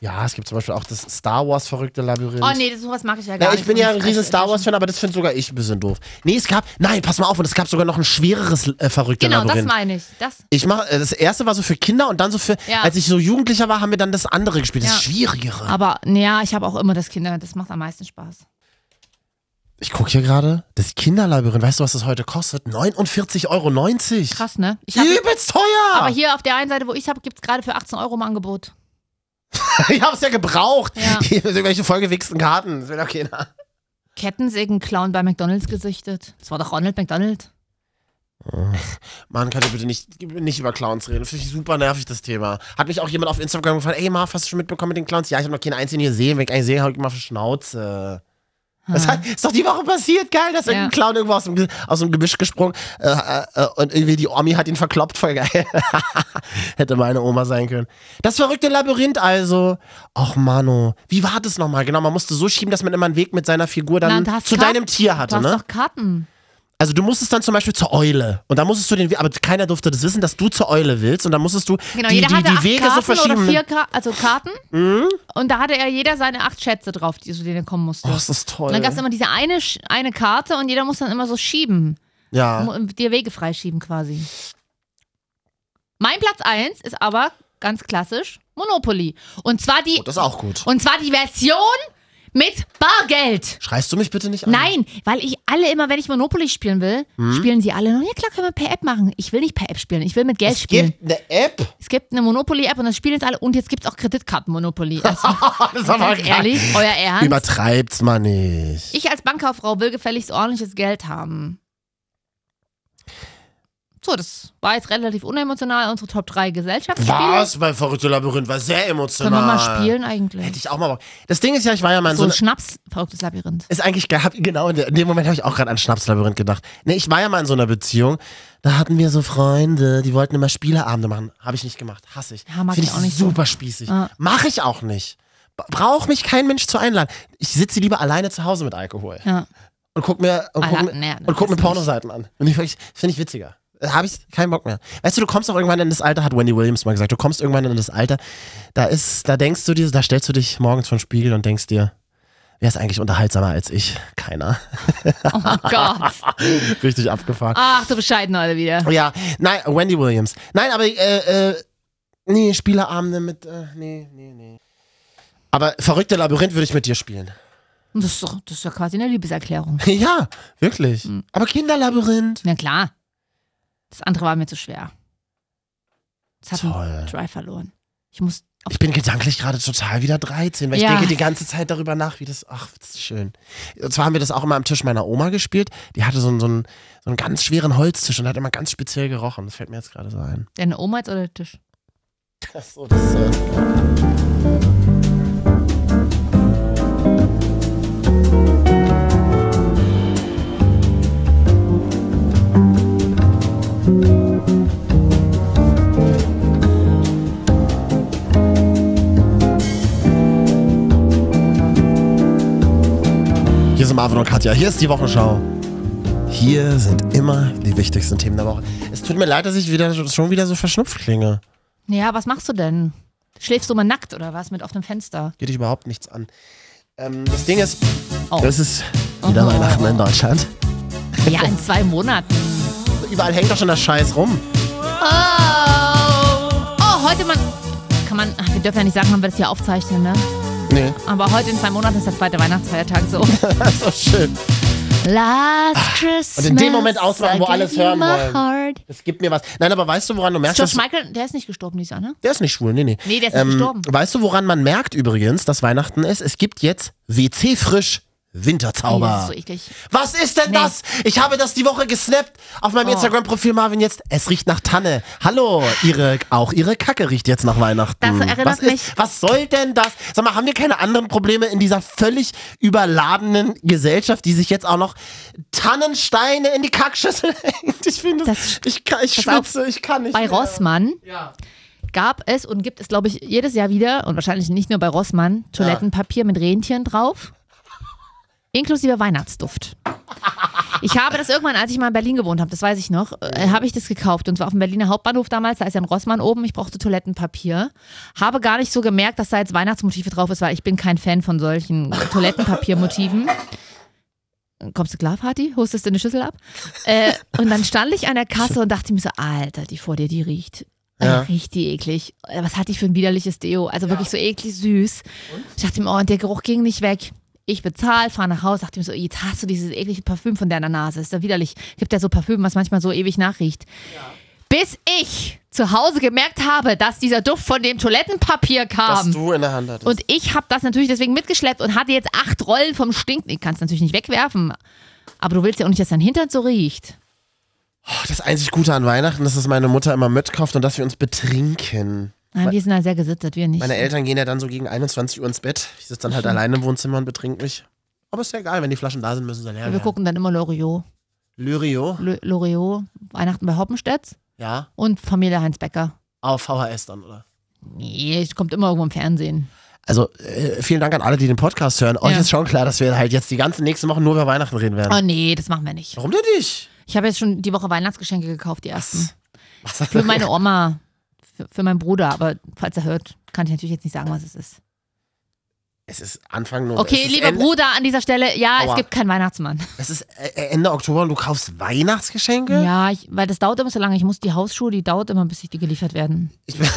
S2: Ja, es gibt zum Beispiel auch das Star Wars verrückte Labyrinth.
S1: Oh nee, das- sowas mag ich ja gar
S2: Na,
S1: nicht.
S2: ich bin ja ein
S1: Find
S2: riesen
S1: echt
S2: Star Wars-Fan, aber das finde sogar ich ein bisschen doof. Nee, es gab. Nein, pass mal auf, und es gab sogar noch ein schwereres äh, verrückte
S1: Genau, das
S2: Labyrinth.
S1: meine ich. Das,
S2: ich mach, äh, das erste war so für Kinder und dann so für.
S1: Ja.
S2: Als ich so Jugendlicher war, haben wir dann das andere gespielt, das
S1: Ja.
S2: Schwierigere.
S1: aber naja, ich habe auch immer das Kinder, das macht am meisten Spaß.
S2: Ich gucke hier gerade, das Kinderlabyrinth, weißt du, was das heute kostet? 49,90 Euro.
S1: Krass, ne? Ich hab,
S2: Übelst teuer!
S1: aber hier auf der einen Seite, wo ich habe, gibt es gerade für 18 Euro im Angebot.
S2: [laughs] ich hab's ja gebraucht.
S1: Ja.
S2: Hier, irgendwelche vollgewichsten Karten. Das will doch keiner.
S1: Kettensägen-Clown bei McDonalds gesichtet. Das war doch Ronald McDonald.
S2: Mann, könnt ihr bitte nicht, nicht über Clowns reden. Finde ich super nervig, das Thema. Hat mich auch jemand auf Instagram gefragt, ey Marv, hast du schon mitbekommen mit den Clowns? Ja, ich habe noch keinen einzigen gesehen. Wenn ich einen sehe, hab ich immer auf die Schnauze. Das hat, ist doch die Woche passiert, geil, dass irgendein
S1: Hm. Ja.
S2: Clown irgendwo aus dem, Ge- aus dem Gebüsch gesprungen äh, äh, und irgendwie die Omi hat ihn verkloppt, voll geil. [laughs] Hätte meine Oma sein können. Das verrückte Labyrinth also. Och, Mano. Wie war das nochmal? Genau, man musste so schieben, dass man immer einen Weg mit seiner Figur dann
S1: Nein, du hast
S2: zu
S1: Karten-
S2: deinem Tier
S1: Du
S2: hatte,
S1: hast
S2: ne?
S1: doch Karten.
S2: Also du musstest dann zum Beispiel zur Eule und dann musstest du den, We- aber keiner durfte das wissen, dass du zur Eule willst und dann musstest du
S1: Genau,
S2: die,
S1: jeder
S2: die,
S1: hatte
S2: die
S1: acht
S2: Wege
S1: Karten
S2: so Mhm. verschieben.
S1: oder vier Ka also Karten. Und da hatte er jeder seine acht Schätze drauf, die zu denen er kommen musste.
S2: oh, ist das toll.
S1: und dann gab es immer diese eine, Sch- eine Karte und jeder muss dann immer so schieben.
S2: ja,
S1: Mu- Dir Wege freischieben quasi. Mein Platz 1 ist aber ganz klassisch Monopoly. Und zwar die,
S2: oh, das ist auch gut.
S1: und zwar die Version mit Bargeld.
S2: Schreist du mich bitte nicht an?
S1: Nein, weil ich alle immer, wenn ich Monopoly spielen will,
S2: Mhm.
S1: spielen sie alle noch. Ja klar, können wir per App machen. Ich will nicht per App spielen, ich will mit Geld
S2: Es
S1: spielen.
S2: gibt eine App. [laughs]
S1: Es gibt eine Monopoly-App und das spielen jetzt alle. Und jetzt gibt es auch
S2: [laughs]
S1: Kreditkarten-Monopoly. Also,
S2: Das ist aber
S1: ganz
S2: geil.
S1: ehrlich, euer Ernst.
S2: Übertreibt's mal nicht.
S1: ich als Bankkauffrau will gefälligst ordentliches Geld haben. So, das war jetzt relativ unemotional. Unsere Top 3 Gesellschaftsspiele.
S2: Was? Bei verrückte Labyrinth war sehr
S1: Können
S2: emotional.
S1: wir mal spielen eigentlich?
S2: Hätte ich auch mal Bock. Das Ding ist ja, ich war ja mal in
S1: so
S2: so,
S1: ein
S2: so
S1: Schnaps, verrücktes Labyrinth.
S2: Ist eigentlich geil. Hab- [laughs] Genau, in der- in dem Moment habe ich auch gerade an Schnapslabyrinth gedacht. Nee, ich war ja mal in so einer Beziehung. Da hatten wir so Freunde, die wollten immer Spieleabende machen. Habe ich nicht gemacht. Hasse ich.
S1: Ja, mag
S2: Finde
S1: ich
S2: ich
S1: auch nicht so.
S2: super spießig.
S1: Ah.
S2: Mache ich auch nicht. Ba- Braucht mich kein Mensch zu einladen. Ich sitze lieber alleine zu Hause mit Alkohol.
S1: Ja.
S2: Und guck mir, und guck
S1: Alla-
S2: mir,
S1: nee,
S2: und guck mir
S1: das nicht.
S2: Pornoseiten an. Und ich, ich- Finde ich witziger. Habe ich keinen Bock mehr. Weißt du, du kommst auch irgendwann in das Alter, hat Wendy Williams mal gesagt, du kommst irgendwann in das Alter, da ist, da denkst du dir, da stellst du dich morgens vor den Spiegel und denkst dir, wer ist eigentlich unterhaltsamer als ich? Keiner. [laughs]
S1: Oh mein Gott.
S2: Richtig abgefahren.
S1: Ach, so bescheiden heute wieder.
S2: Ja, nein, Wendy Williams. Nein, aber äh, äh, nee, Spieleabende mit, äh, nee, nee, nee. Aber verrückte Labyrinth würde ich mit dir spielen. [laughs]
S1: Das ist, doch, das ist ja quasi eine Liebeserklärung.
S2: ja, wirklich.
S1: Mhm.
S2: Aber Kinderlabyrinth.
S1: Na klar. Das andere war mir zu schwer. Das hat
S2: Toll.
S1: einen Try verloren. Ich muss. Auf
S2: Ich bin gedanklich gerade total wieder 13, weil
S1: Ja.
S2: ich denke die ganze Zeit darüber nach, wie das, ach, das ist schön. Und zwar haben wir das auch immer am Tisch meiner Oma gespielt. Die hatte so einen, so einen, so einen ganz schweren Holztisch und hat immer ganz speziell gerochen. Das fällt mir jetzt gerade so ein.
S1: deine Oma jetzt oder der Tisch?
S2: Ach so, das ist, äh Hier sind Marvin und Katja, hier ist die Wochenschau. Hier sind immer die wichtigsten Themen der Woche. Es tut mir leid, dass ich wieder, schon wieder so verschnupft klinge.
S1: Ja, was machst du denn? Schläfst du mal nackt oder was mit offenem Fenster?
S2: Geht dich überhaupt nichts an. Ähm, das Ding ist,
S1: Oh.
S2: es ist wieder
S1: Oh.
S2: Weihnachten in Deutschland.
S1: Ja, in zwei Monaten.
S2: Überall hängt doch schon das Scheiß rum.
S1: Oh, oh heute man. Kann man. Ach, wir dürfen ja nicht sagen, wann wir das hier aufzeichnen, ne?
S2: Nee,
S1: Aber heute in zwei Monaten ist der zweite Weihnachtsfeiertag [laughs] so.
S2: das ist doch schön.
S1: Last Christmas.
S2: und in dem Moment ausmachen, wo
S1: I gave
S2: alles
S1: you
S2: hören
S1: my
S2: wollen.
S1: heart.
S2: Das gibt mir was. Nein, aber weißt du, woran du merkst,
S1: George
S2: dass...
S1: Michael, der ist nicht gestorben, dieser, ne?
S2: Der ist nicht schwul, nee, nee.
S1: Nee, der ist nicht gestorben.
S2: Weißt du, woran man merkt übrigens, dass Weihnachten ist? Es gibt jetzt WC frisch
S1: Nee, das ist
S2: Winterzauber.
S1: so eklig.
S2: Was ist denn
S1: Nee.
S2: das? Ich habe das die Woche gesnappt auf meinem
S1: Oh.
S2: Instagram-Profil Marvin jetzt. Es riecht nach Tanne. Hallo, ihre, auch ihre Kacke riecht jetzt nach Weihnachten.
S1: Das erinnert
S2: was
S1: mich-
S2: Ist, was soll denn das? Sag mal, haben wir keine anderen Probleme in dieser völlig überladenen Gesellschaft, die sich jetzt auch noch Tannensteine in die Kackschüssel [laughs] hängt? Ich finde, das,
S1: Das-
S2: ich, kann, ich
S1: Pass auf.
S2: äh, schwitze, ich kann nicht.
S1: Bei
S2: mehr.
S1: Rossmann gab es und gibt es, glaube ich, jedes Jahr wieder und wahrscheinlich nicht nur bei Rossmann, Toilettenpapier mit Rentchen drauf, inklusive Weihnachtsduft. Ich habe das irgendwann, als ich mal in Berlin gewohnt habe, das weiß ich noch, äh, habe ich das gekauft. Und zwar auf dem Berliner Hauptbahnhof damals, da ist ja ein Rossmann oben, ich brauchte Toilettenpapier. Habe gar nicht so gemerkt, dass da jetzt Weihnachtsmotive drauf ist, weil ich bin kein Fan von solchen Toilettenpapiermotiven. Kommst du klar, Party? Hustest du eine Schüssel ab? Äh, und dann stand ich an der Kasse und dachte mir so, Alter, die vor dir, die riecht. äh,
S2: Ja.
S1: Riecht die eklig. Äh, Was hat die für ein widerliches Deo? Also wirklich so eklig süß. Ich dachte mir, oh, und der Geruch ging nicht weg. Ich bezahle, fahre nach Hause, dachte mir so, jetzt hast du dieses eklige Parfüm von deiner Nase. Ist ja widerlich. Gibt ja so Parfüm, was manchmal so ewig nachriecht. Bis ich zu Hause gemerkt habe, dass dieser Duft von dem Toilettenpapier
S2: Was
S1: kam.
S2: du in der Hand hattest.
S1: Und ich habe das natürlich deswegen mitgeschleppt und hatte jetzt acht Rollen vom Stinken. Ich kann es natürlich nicht wegwerfen. Aber du willst ja auch nicht, dass dein Hintern so riecht.
S2: oh, das einzig Gute an Weihnachten ist, dass meine Mutter immer mitkauft und dass wir uns betrinken.
S1: Nein, wir sind da sehr gesittet, wir nicht.
S2: Meine Eltern gehen ja dann so gegen 21 Uhr ins Bett. Ich sitze dann halt alleine im Wohnzimmer und betrink mich. Aber ist ja egal, wenn die Flaschen da sind, müssen sie leer
S1: wir
S2: werden.
S1: gucken dann immer Loriot.
S2: Lyrio,
S1: Lo- Loriot, Weihnachten bei Hoppenstedt
S2: ja.
S1: und Familie Heinz Becker.
S2: Auf VHS dann, oder?
S1: Nee, es kommt immer irgendwo im Fernsehen.
S2: Also, äh, vielen Dank an alle, die den Podcast hören. Euch
S1: Ja.
S2: ist schon klar, dass wir halt jetzt die ganzen nächsten Wochen nur über Weihnachten reden werden.
S1: Oh nee, das machen wir nicht.
S2: Warum denn nicht?
S1: Ich habe jetzt schon die Woche Weihnachtsgeschenke gekauft, die
S2: Hm.
S1: ersten. Für
S2: [laughs]
S1: meine Oma, für, für meinen Bruder, aber falls er hört, kann ich natürlich jetzt nicht sagen, was es ist.
S2: Es ist Anfang November.
S1: Okay,
S2: Also es ist
S1: lieber
S2: Ende,
S1: Bruder, an dieser Stelle, ja,
S2: Aua.
S1: es gibt keinen Weihnachtsmann.
S2: Es ist äh, Ende Oktober und du kaufst Weihnachtsgeschenke?
S1: Ja, ich, weil das dauert immer so lange. Ich muss die Hausschuhe, die dauert immer, bis ich die geliefert werden.
S2: Ich, bin-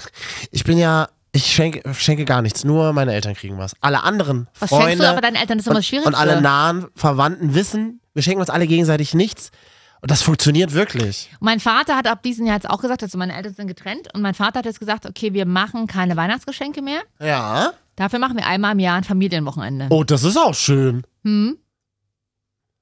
S2: [laughs] ich bin ja, ich schenke, schenke gar nichts, nur meine Eltern kriegen was. Alle anderen
S1: Was
S2: Freunde
S1: schenkst du aber deinen Eltern? Das ist immer
S2: und,
S1: das Schwierigste.
S2: und alle nahen Verwandten wissen, wir schenken uns alle gegenseitig nichts. Und das funktioniert wirklich.
S1: mein Vater hat ab diesem Jahr jetzt auch gesagt, also meine Eltern sind getrennt und mein Vater hat jetzt gesagt, okay, wir machen keine Weihnachtsgeschenke mehr.
S2: Ja.
S1: Dafür machen wir einmal im Jahr ein Familienwochenende.
S2: Oh, das ist auch schön.
S1: Hm?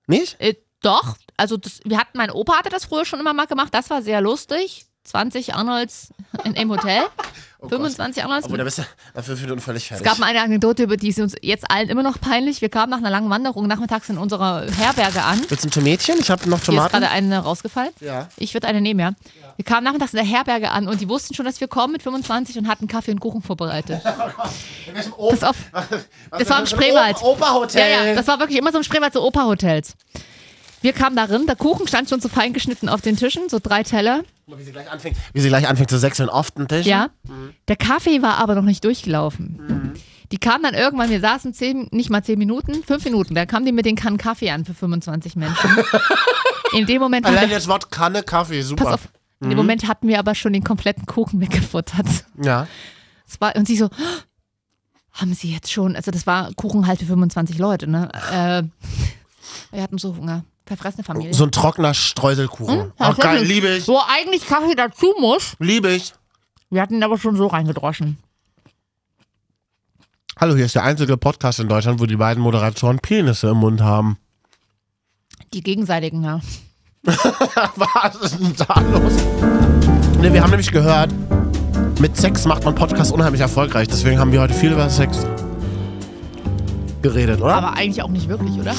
S2: Nicht?
S1: Äh, doch, also das, wir hatten, mein Opa hatte das früher schon immer mal gemacht, das war sehr lustig. 20 Arnolds in, im Hotel,
S2: [laughs] Oh
S1: 25 Arnolds.
S2: Obwohl, da bist du nach fünf Minuten völlig
S1: Es
S2: fertig.
S1: gab mal eine Anekdote, über die ist uns jetzt allen immer noch peinlich. Wir kamen nach einer langen Wanderung nachmittags in unserer Herberge an.
S2: Willst du ein Tomätchen? Ich habe noch
S1: Hier ist gerade
S2: Tomaten.
S1: eine rausgefallen.
S2: Ja.
S1: Ich würde eine nehmen, ja. Wir kamen nachmittags in der Herberge an und die wussten schon, dass wir kommen mit 25 und hatten Kaffee und Kuchen vorbereitet. Pass auf.
S2: Also,
S1: Das war im Spreewald. Ja,
S2: Operhotel.
S1: ja, das war wirklich immer so im Spreewald, so Operhotels. Wir kamen darin, der Kuchen stand schon so fein geschnitten auf den Tischen, so drei Teller.
S2: Wie sie gleich anfängt, wie sie gleich anfängt zu sechseln auf den Tisch.
S1: Ja. Der Kaffee war aber noch nicht durchgelaufen. Die kamen dann irgendwann, wir saßen zehn, nicht mal zehn Minuten, fünf Minuten, da kamen die mit den Kannen Kaffee an für 25 Menschen. In dem Moment,
S2: Allein
S1: hatte,
S2: das Wort Kanne Kaffee, super.
S1: pass auf, in
S2: Mhm.
S1: dem Moment hatten wir aber schon den kompletten Kuchen weggefuttert. [laughs]
S2: Ja.
S1: Es war, und sie so, "Oh, haben sie jetzt schon, also das war Kuchen halt für 25 Leute, ne? Äh, wir hatten so Hunger, verfressene Familie.
S2: So ein trockener
S1: Hm?
S2: Streuselkuchen. Auch geil, liebe ich.
S1: Wo eigentlich Kaffee dazu muss,
S2: Liebe ich.
S1: wir hatten ihn aber schon so reingedroschen.
S2: Hallo, hier ist der einzige Podcast in Deutschland, wo die beiden Moderatoren Penisse im Mund haben.
S1: Die gegenseitigen, ja.
S2: [laughs] Was ist denn da los? Ne, wir haben nämlich gehört, mit Sex macht man Podcasts unheimlich erfolgreich. Deswegen haben wir heute viel über Sex geredet, oder?
S1: Aber eigentlich auch nicht wirklich, oder?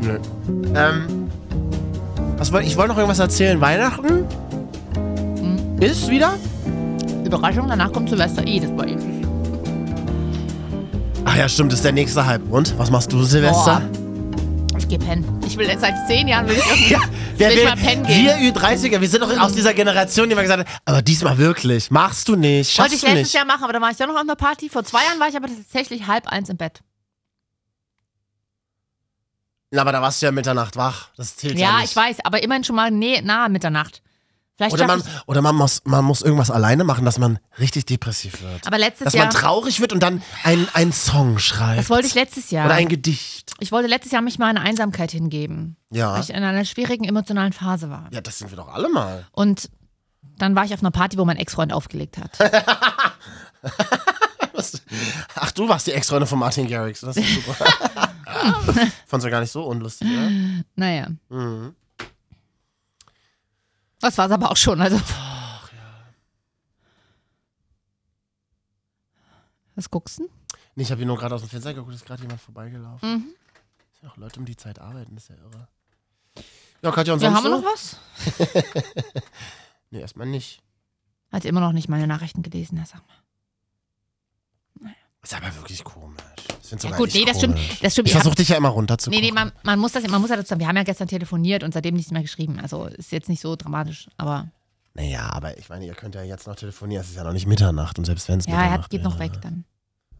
S2: Nö. Ähm, was wollte ich wollte noch irgendwas erzählen. Weihnachten ist wieder?
S1: Überraschung, danach kommt Silvester. Eh, das war eklig.
S2: Ach ja, stimmt, ist der nächste Halbmond. Was machst du, Silvester?
S1: Ich geh pennen. Ich will jetzt seit zehn Jahren will ich irgendwie.
S2: [laughs] Ja, wer
S1: Will ich
S2: will,
S1: mal pennen
S2: wir
S1: gehen?
S2: Ü30er, wir sind doch aus dieser Generation, die immer gesagt hat, aber diesmal wirklich, machst du nicht,
S1: Wollte ich
S2: schaffst du
S1: letztes
S2: nicht.
S1: Jahr machen, aber da war ich doch noch an der Party. Vor zwei Jahren war ich aber tatsächlich halb eins im Bett.
S2: Na, aber da warst du ja um Mitternacht wach, das zählt ja,
S1: Ja,
S2: nicht.
S1: ich weiß, aber immerhin schon mal nee, nahe Mitternacht. Vielleicht
S2: Oder,
S1: schaffe
S2: man, oder man, muss, man muss irgendwas alleine machen, dass man richtig depressiv wird.
S1: ich, aber letztes
S2: Dass
S1: Jahr.
S2: man traurig wird und dann einen- einen Song schreibt.
S1: das wollte ich letztes Jahr.
S2: Oder ein Gedicht.
S1: Ich wollte letztes Jahr mich mal in Einsamkeit hingeben,
S2: Ja.
S1: weil ich in einer schwierigen emotionalen Phase war.
S2: Ja, das sind wir doch alle mal.
S1: Und dann war ich auf einer Party, wo mein Ex-Freund aufgelegt
S2: [laughs]
S1: hat.
S2: Was? Ach, du warst die Ex-Freundin von Martin Garrix. Das ist
S1: [laughs]
S2: super. Fandst du gar nicht so unlustig, oder? Mhm.
S1: naja. Das war's aber auch schon. Also. Was guckst du?
S2: Nee, ich habe hier nur gerade aus dem Fenster geguckt, ist gerade jemand vorbeigelaufen.
S1: Mhm.
S2: Dass ja auch Leute um die Zeit arbeiten, ist ja irre. Ja, Katja, und
S1: Wir
S2: sonst
S1: haben wir
S2: so?
S1: noch was?
S2: Nee, erstmal nicht.
S1: Hat immer noch nicht meine Nachrichten gelesen, na, sag mal.
S2: Ist aber wirklich komisch. Ich find's
S1: Ja,
S2: sogar
S1: gut,
S2: eigentlich
S1: nee, das stimmt.
S2: komisch.
S1: Das stimmt.
S2: Ich
S1: ihr habt-
S2: versuche dich ja immer runterzukommen.
S1: Nee, nee, man, man muss das, man muss ja dazu sagen, wir haben ja gestern telefoniert und seitdem nichts mehr geschrieben. Also ist jetzt nicht so dramatisch, aber
S2: Naja, aber ich meine, ihr könnt ja jetzt noch telefonieren. Es ist ja noch nicht Mitternacht und selbst wenn es
S1: ja, er
S2: Mitternacht
S1: hat, geht
S2: wäre. ne?
S1: noch weg dann.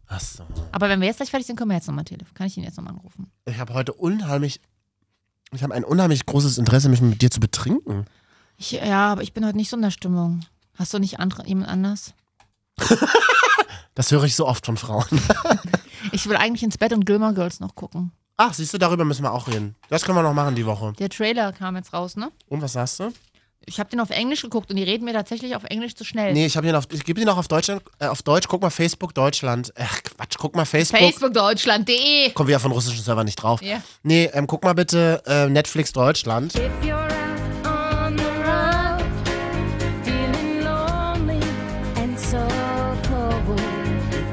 S2: Ach so.
S1: Aber wenn wir jetzt gleich fertig sind, können wir jetzt nochmal telefonieren. Kann ich ihn jetzt nochmal anrufen?
S2: Ich habe heute unheimlich. Ich habe ein unheimlich großes Interesse, mich mit dir zu betrinken.
S1: Ich, ja, aber ich bin heute nicht so in der Stimmung. Hast du nicht andere, jemand anders?
S2: Das höre ich so oft von Frauen. [laughs]
S1: Ich will eigentlich ins Bett und Gilmore Girls noch gucken.
S2: Ach, siehst du, darüber müssen wir auch reden. Das können wir noch machen die Woche.
S1: Der Trailer kam jetzt raus, ne?
S2: Und was sagst du?
S1: Ich habe den auf Englisch geguckt und die reden mir tatsächlich auf Englisch zu schnell.
S2: Nee, ich habe hier noch. Ich gebe dir noch auf Deutschland. Äh, auf Deutsch, guck mal Facebook Deutschland. Ach, Quatsch, guck mal Facebook.
S1: Facebookdeutschland.de
S2: Kommen wir ja von russischen Servern nicht drauf.
S1: Ja.
S2: Nee, ähm, guck mal bitte äh, Netflix Deutschland.
S4: If you're out on the road, feeling lonely and so cold.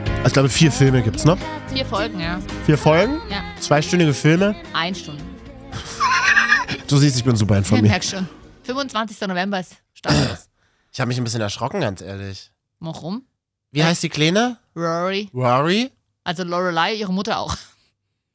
S2: Also, Ich glaube, vier Filme gibt's, ne?
S1: Vier Folgen, ja.
S2: Vier Folgen,
S1: Ja,
S2: zweistündige Filme.
S1: ein Stunde.
S2: Du siehst, ich bin super
S1: Ich
S2: informiert.
S1: merk schon. 25. November ist Start.
S2: Ich habe mich ein bisschen erschrocken, ganz ehrlich.
S1: Warum?
S2: Wie heißt die Kleine?
S1: Rory.
S2: Rory?
S1: Also Lorelei, ihre Mutter auch.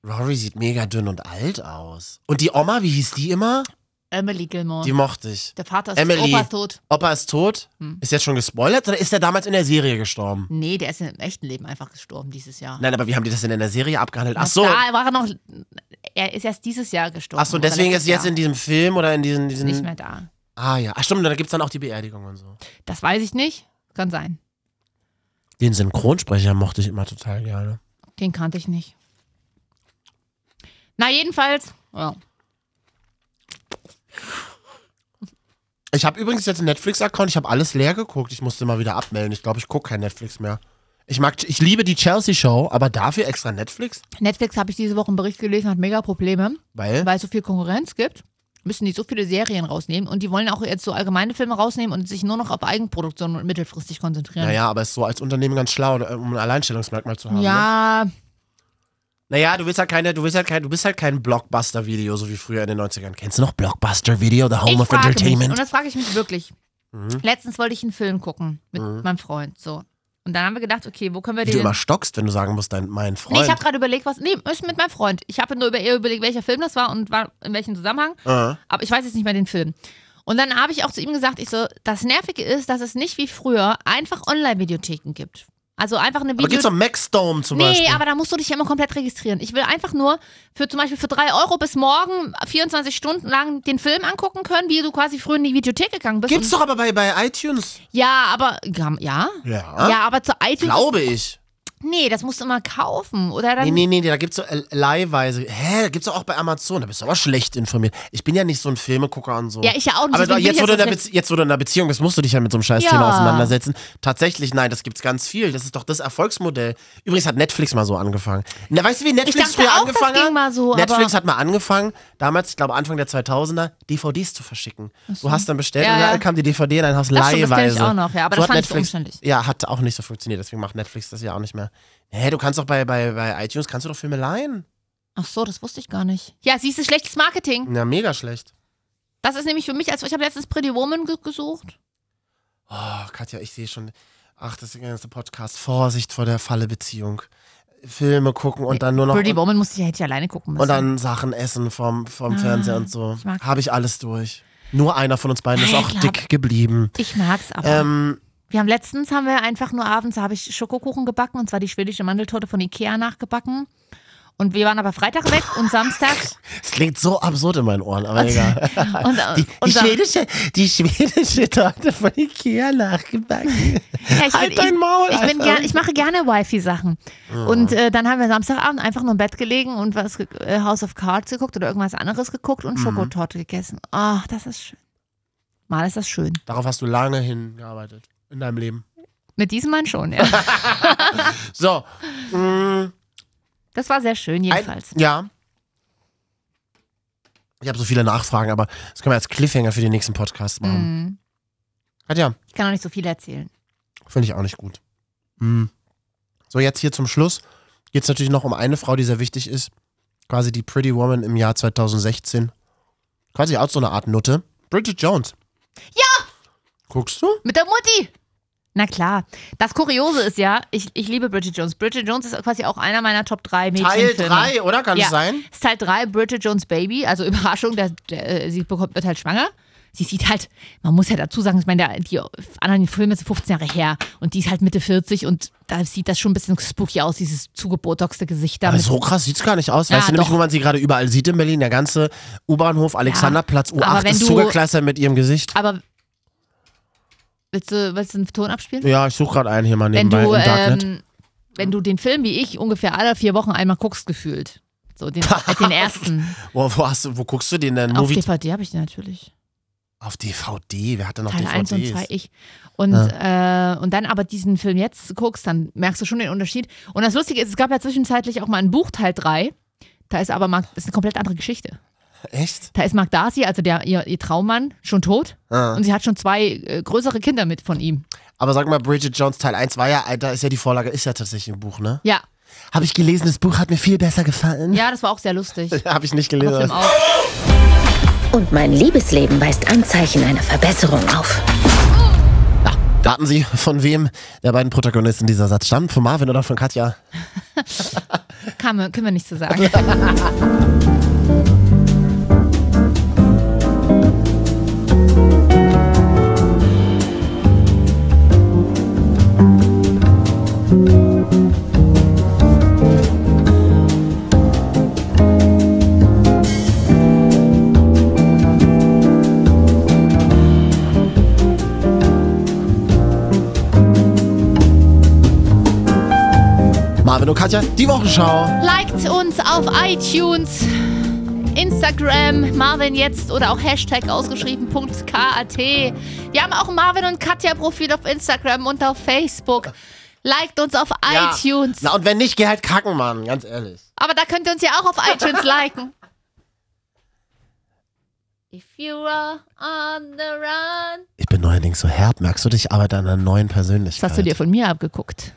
S2: Rory sieht mega dünn und alt aus. Und die Oma, wie hieß die immer?
S1: Emily Gilmore.
S2: Die mochte ich.
S1: der Vater ist
S2: Emily.
S1: Opa ist tot.
S2: Opa ist tot.
S1: Hm.
S2: Ist jetzt schon gespoilert oder ist er damals in der Serie gestorben?
S1: Nee, der ist im echten Leben einfach gestorben dieses Jahr.
S2: Nein, aber wie haben die das denn in der Serie abgehandelt? Ach so.
S1: Da war er noch. Er ist erst dieses Jahr gestorben.
S2: Ach so, deswegen
S1: Oder
S2: ist sie jetzt
S1: letztes
S2: in diesem Film oder in diesen.
S1: Jahr. nicht
S2: diesen
S1: mehr da.
S2: ah ja. Ach stimmt, da gibt's dann auch die Beerdigung und so.
S1: Das weiß ich nicht. Kann sein.
S2: Den Synchronsprecher mochte ich immer total gerne.
S1: Den kannte ich nicht. Na, jedenfalls. Ja.
S2: Ich habe übrigens jetzt einen Netflix-Account, ich habe alles leer geguckt. Ich musste mal wieder abmelden. Ich glaube, ich gucke kein Netflix mehr. Ich mag, ich liebe die Chelsea-Show, aber dafür extra Netflix?
S1: Netflix habe ich diese Woche einen Bericht gelesen, hat mega Probleme,
S2: Weil.
S1: weil es so viel Konkurrenz gibt. Müssen die so viele Serien rausnehmen und die wollen auch jetzt so allgemeine Filme rausnehmen und sich nur noch auf Eigenproduktion und mittelfristig konzentrieren.
S2: Naja, aber ist so als Unternehmen ganz schlau, äh, um ein Alleinstellungsmerkmal zu haben. Ne?
S1: ja
S2: Naja, du willst halt keine, du willst halt kein, du bist halt kein Blockbuster-Video, so wie früher in den 90ern. Kennst du noch Blockbuster-Video, The Home
S1: ich
S2: of
S1: frage Mich,
S2: Entertainment?
S1: und das frage ich mich wirklich.
S2: Mhm.
S1: Letztens wollte ich einen Film gucken mit meinem Freund. So. Und dann haben wir gedacht, okay, wo können wir
S2: Wie du
S1: den.
S2: immer stockst, wenn du sagen musst, dein, mein
S1: Nee, ich
S2: Freund.
S1: habe gerade überlegt, was. Nee, ist mit meinem Freund. Ich habe nur über eher überlegt, welcher Film das war und war, in welchem Zusammenhang.
S2: Ah.
S1: Aber ich weiß jetzt nicht mehr den Film. Und dann habe ich auch zu ihm gesagt, ich so, das Nervige ist, dass es nicht wie früher einfach Online-Videotheken gibt. Also einfach eine
S2: aber
S1: Videothek.
S2: geht's um Maxdome zum
S1: Nee,
S2: Beispiel?
S1: aber da musst du dich ja immer komplett registrieren. Ich will einfach nur für zum Beispiel für 3 Euro bis morgen 24 Stunden lang den Film angucken können, wie du quasi früher in die Videothek gegangen bist.
S2: Gibt's
S1: Und-
S2: doch aber bei, bei iTunes.
S1: Ja, aber ja, ja,
S2: Ja.
S1: ja aber zu iTunes.
S2: Glaube ich.
S1: Nee, das musst du immer kaufen oder dann
S2: Nee, nee, nee, da gibt's so äh, leihweise. Hä, da gibt's doch auch bei Amazon. Da bist du aber schlecht informiert. Ich bin ja nicht so ein Filmegucker und so.
S1: Ja, ich ja auch nicht.
S2: Aber
S1: Deswegen
S2: doch,
S1: bin ich
S2: jetzt, wo du in der
S1: so
S2: Bezie- jetzt, wo du in einer Beziehung bist, musst du dich ja mit so einem scheiß Thema
S1: Ja.
S2: auseinandersetzen. Tatsächlich, nein, das gibt's ganz viel. Das ist doch das Erfolgsmodell. Übrigens hat Netflix mal so angefangen. Na, weißt du, wie Netflix
S1: dachte
S2: früher
S1: auch, das
S2: angefangen hat?
S1: ging mal so,
S2: Netflix
S1: aber-
S2: hat mal angefangen, damals, ich glaube Anfang der 2000er, DVDs zu verschicken. Du hast dann bestellt
S1: Ja,
S2: und
S1: ja.
S2: dann kam die DVD in dein Haus
S1: Das stimmt, das kenn
S2: leihweise.
S1: ich auch noch, ja, aber das
S2: hat
S1: fand ich so
S2: Netflix-
S1: umständlich.
S2: Ja, hat auch nicht so funktioniert, deswegen macht Netflix das ja auch nicht mehr. Hä, du kannst doch bei, bei, bei iTunes, kannst du doch Filme leihen.
S1: Ach so, das wusste ich gar nicht. Ja, siehst du, schlechtes Marketing.
S2: Na, mega schlecht.
S1: Das ist nämlich für mich, als ich habe letztens Pretty Woman ge gesucht.
S2: Oh, Katja, ich sehe schon. Ach, das ist der ganze Podcast. Vorsicht vor der Falle Beziehung. Filme gucken und dann nur noch.
S1: Pretty
S2: Und,
S1: Woman musste ich hätte ich alleine gucken müssen.
S2: und dann Sachen essen vom, vom
S1: Ah,
S2: Fernseher und so.
S1: ich mag-
S2: Habe ich alles durch. Nur einer von uns beiden ist
S1: Ja,
S2: auch
S1: klar.
S2: dick geblieben.
S1: ich mag's aber.
S2: Ähm,
S1: Wir haben letztens haben wir einfach nur abends habe ich Schokokuchen gebacken und zwar die schwedische Mandeltorte von Ikea nachgebacken. Und wir waren aber Freitag weg und
S2: [laughs]
S1: Samstag
S2: es klingt so absurd in meinen
S1: [laughs]
S2: Ohren, aber egal.
S1: und, äh,
S2: Die, die,
S1: Also, und Sam-
S2: schwedische, die schwedische Torte von Ikea nachgebacken.
S1: Ja, ich
S2: halt
S1: bin-
S2: dein Maul,
S1: ich, ich, bin
S2: Alter.
S1: gern, ich mache gerne Wifi-Sachen. Und äh, dann haben wir Samstagabend einfach nur im Bett gelegen und was ge- äh, House of Cards geguckt oder irgendwas anderes geguckt
S2: Mhm.
S1: und Schokotorte gegessen. Ach, das ist schön. Mal ist das schön.
S2: Darauf hast du lange hingearbeitet in deinem Leben.
S1: Mit diesem Mann schon,
S2: [laughs]
S1: ja.
S2: So. mm,
S1: Das war sehr schön,
S2: ein-
S1: jedenfalls.
S2: ja. Ich habe so viele Nachfragen, aber das können wir als Cliffhanger für den nächsten Podcast machen.
S1: Mhm.
S2: Katja,
S1: Ich kann auch nicht so viel erzählen.
S2: finde ich auch nicht gut. Mm. So, jetzt hier zum Schluss geht es natürlich noch um eine Frau, die sehr wichtig ist. Quasi die Pretty Woman im Jahr 2016. Quasi auch so eine Art Nutte. Bridget Jones. Ja! Guckst du?
S1: Mit der Mutti! Na klar. Das Kuriose ist ja, ich, ich liebe Bridget Jones. Bridget Jones ist quasi auch einer meiner Top 3 Mädchenfilme.
S2: Teil 3, oder? Kann es sein?
S1: Ist Teil 3, Bridget Jones Baby. Also [laughs] Überraschung, der, der, äh, sie bekommt, wird halt schwanger. Sie sieht halt, man muss ja dazu sagen, ich meine, der, die anderen Filme sind 15 Jahre her und die ist halt Mitte 40 und da sieht das schon ein bisschen spooky aus, dieses zugebotoxte Gesicht da.
S2: Aber
S1: mit-
S2: so krass sieht's gar nicht aus.
S1: Ja,
S2: weißt du nämlich,
S1: doch.
S2: wo man sie gerade überall sieht in Berlin? Der ganze U-Bahnhof, Alexanderplatz,
S1: aber
S2: U8
S1: wenn
S2: ist
S1: du-
S2: zugekleistert mit ihrem Gesicht.
S1: Aber willst du, willst du einen Ton abspielen?
S2: Ja, ich suche gerade einen hier mal
S1: wenn
S2: nebenbei
S1: du,
S2: im Darknet.
S1: ähm, wenn du den Film wie ich ungefähr alle vier Wochen einmal guckst, gefühlt. So,
S2: [laughs]
S1: den, halt den ersten.
S2: wo, wo, hast du, wo guckst du den denn?
S1: ähm, Auf
S2: Movie
S1: DVD habe ich den natürlich.
S2: auf DVD. Wer hat denn noch
S1: Teil 1 und 2
S2: DVDs?
S1: ich. Und, äh, und dann aber diesen Film jetzt guckst, dann merkst du schon den Unterschied. Und das Lustige ist, es gab ja zwischenzeitlich auch mal ein Buch Teil 3. Da ist aber Mark, ist eine komplett andere Geschichte.
S2: Echt?
S1: Da ist Mark Darcy, also der, ihr, ihr Traummann, schon tot.
S2: Ah.
S1: Und sie hat schon zwei äh, größere Kinder mit von ihm.
S2: Aber sag mal, Bridget Jones Teil 1 war ja, äh, da ist ja die Vorlage, ist ja tatsächlich ein Buch, ne?
S1: Ja,
S2: Habe ich gelesen, das Buch hat mir viel besser gefallen.
S1: ja, das war auch sehr lustig.
S2: [laughs] Habe ich nicht
S1: Aber
S2: gelesen.
S1: Film auch.
S5: Und mein Liebesleben weist Anzeichen einer Verbesserung auf.
S2: Raten Sie, von wem der beiden Protagonisten dieser Satz stammt? Von Marvin oder von Katja?
S1: Kann, man- können wir nicht so sagen.
S2: Marvin und Katja, die Wochenschau.
S1: Liked uns auf iTunes, Instagram, Marvin jetzt oder auch Hashtag ausgeschrieben Punkt .kat. Wir haben auch ein Marvin und Katja Profil auf Instagram und auf Facebook. Liked uns auf iTunes.
S2: Na und wenn nicht, geh halt kacken, Mann, ganz ehrlich.
S1: Aber da könnt ihr uns ja auch auf iTunes liken. If you are on the run.
S2: Ich bin neuerdings so herb, merkst du dich, ich arbeite an einer neuen
S1: Das
S2: Persönlichkeit.
S1: hast du dir von mir abgeguckt.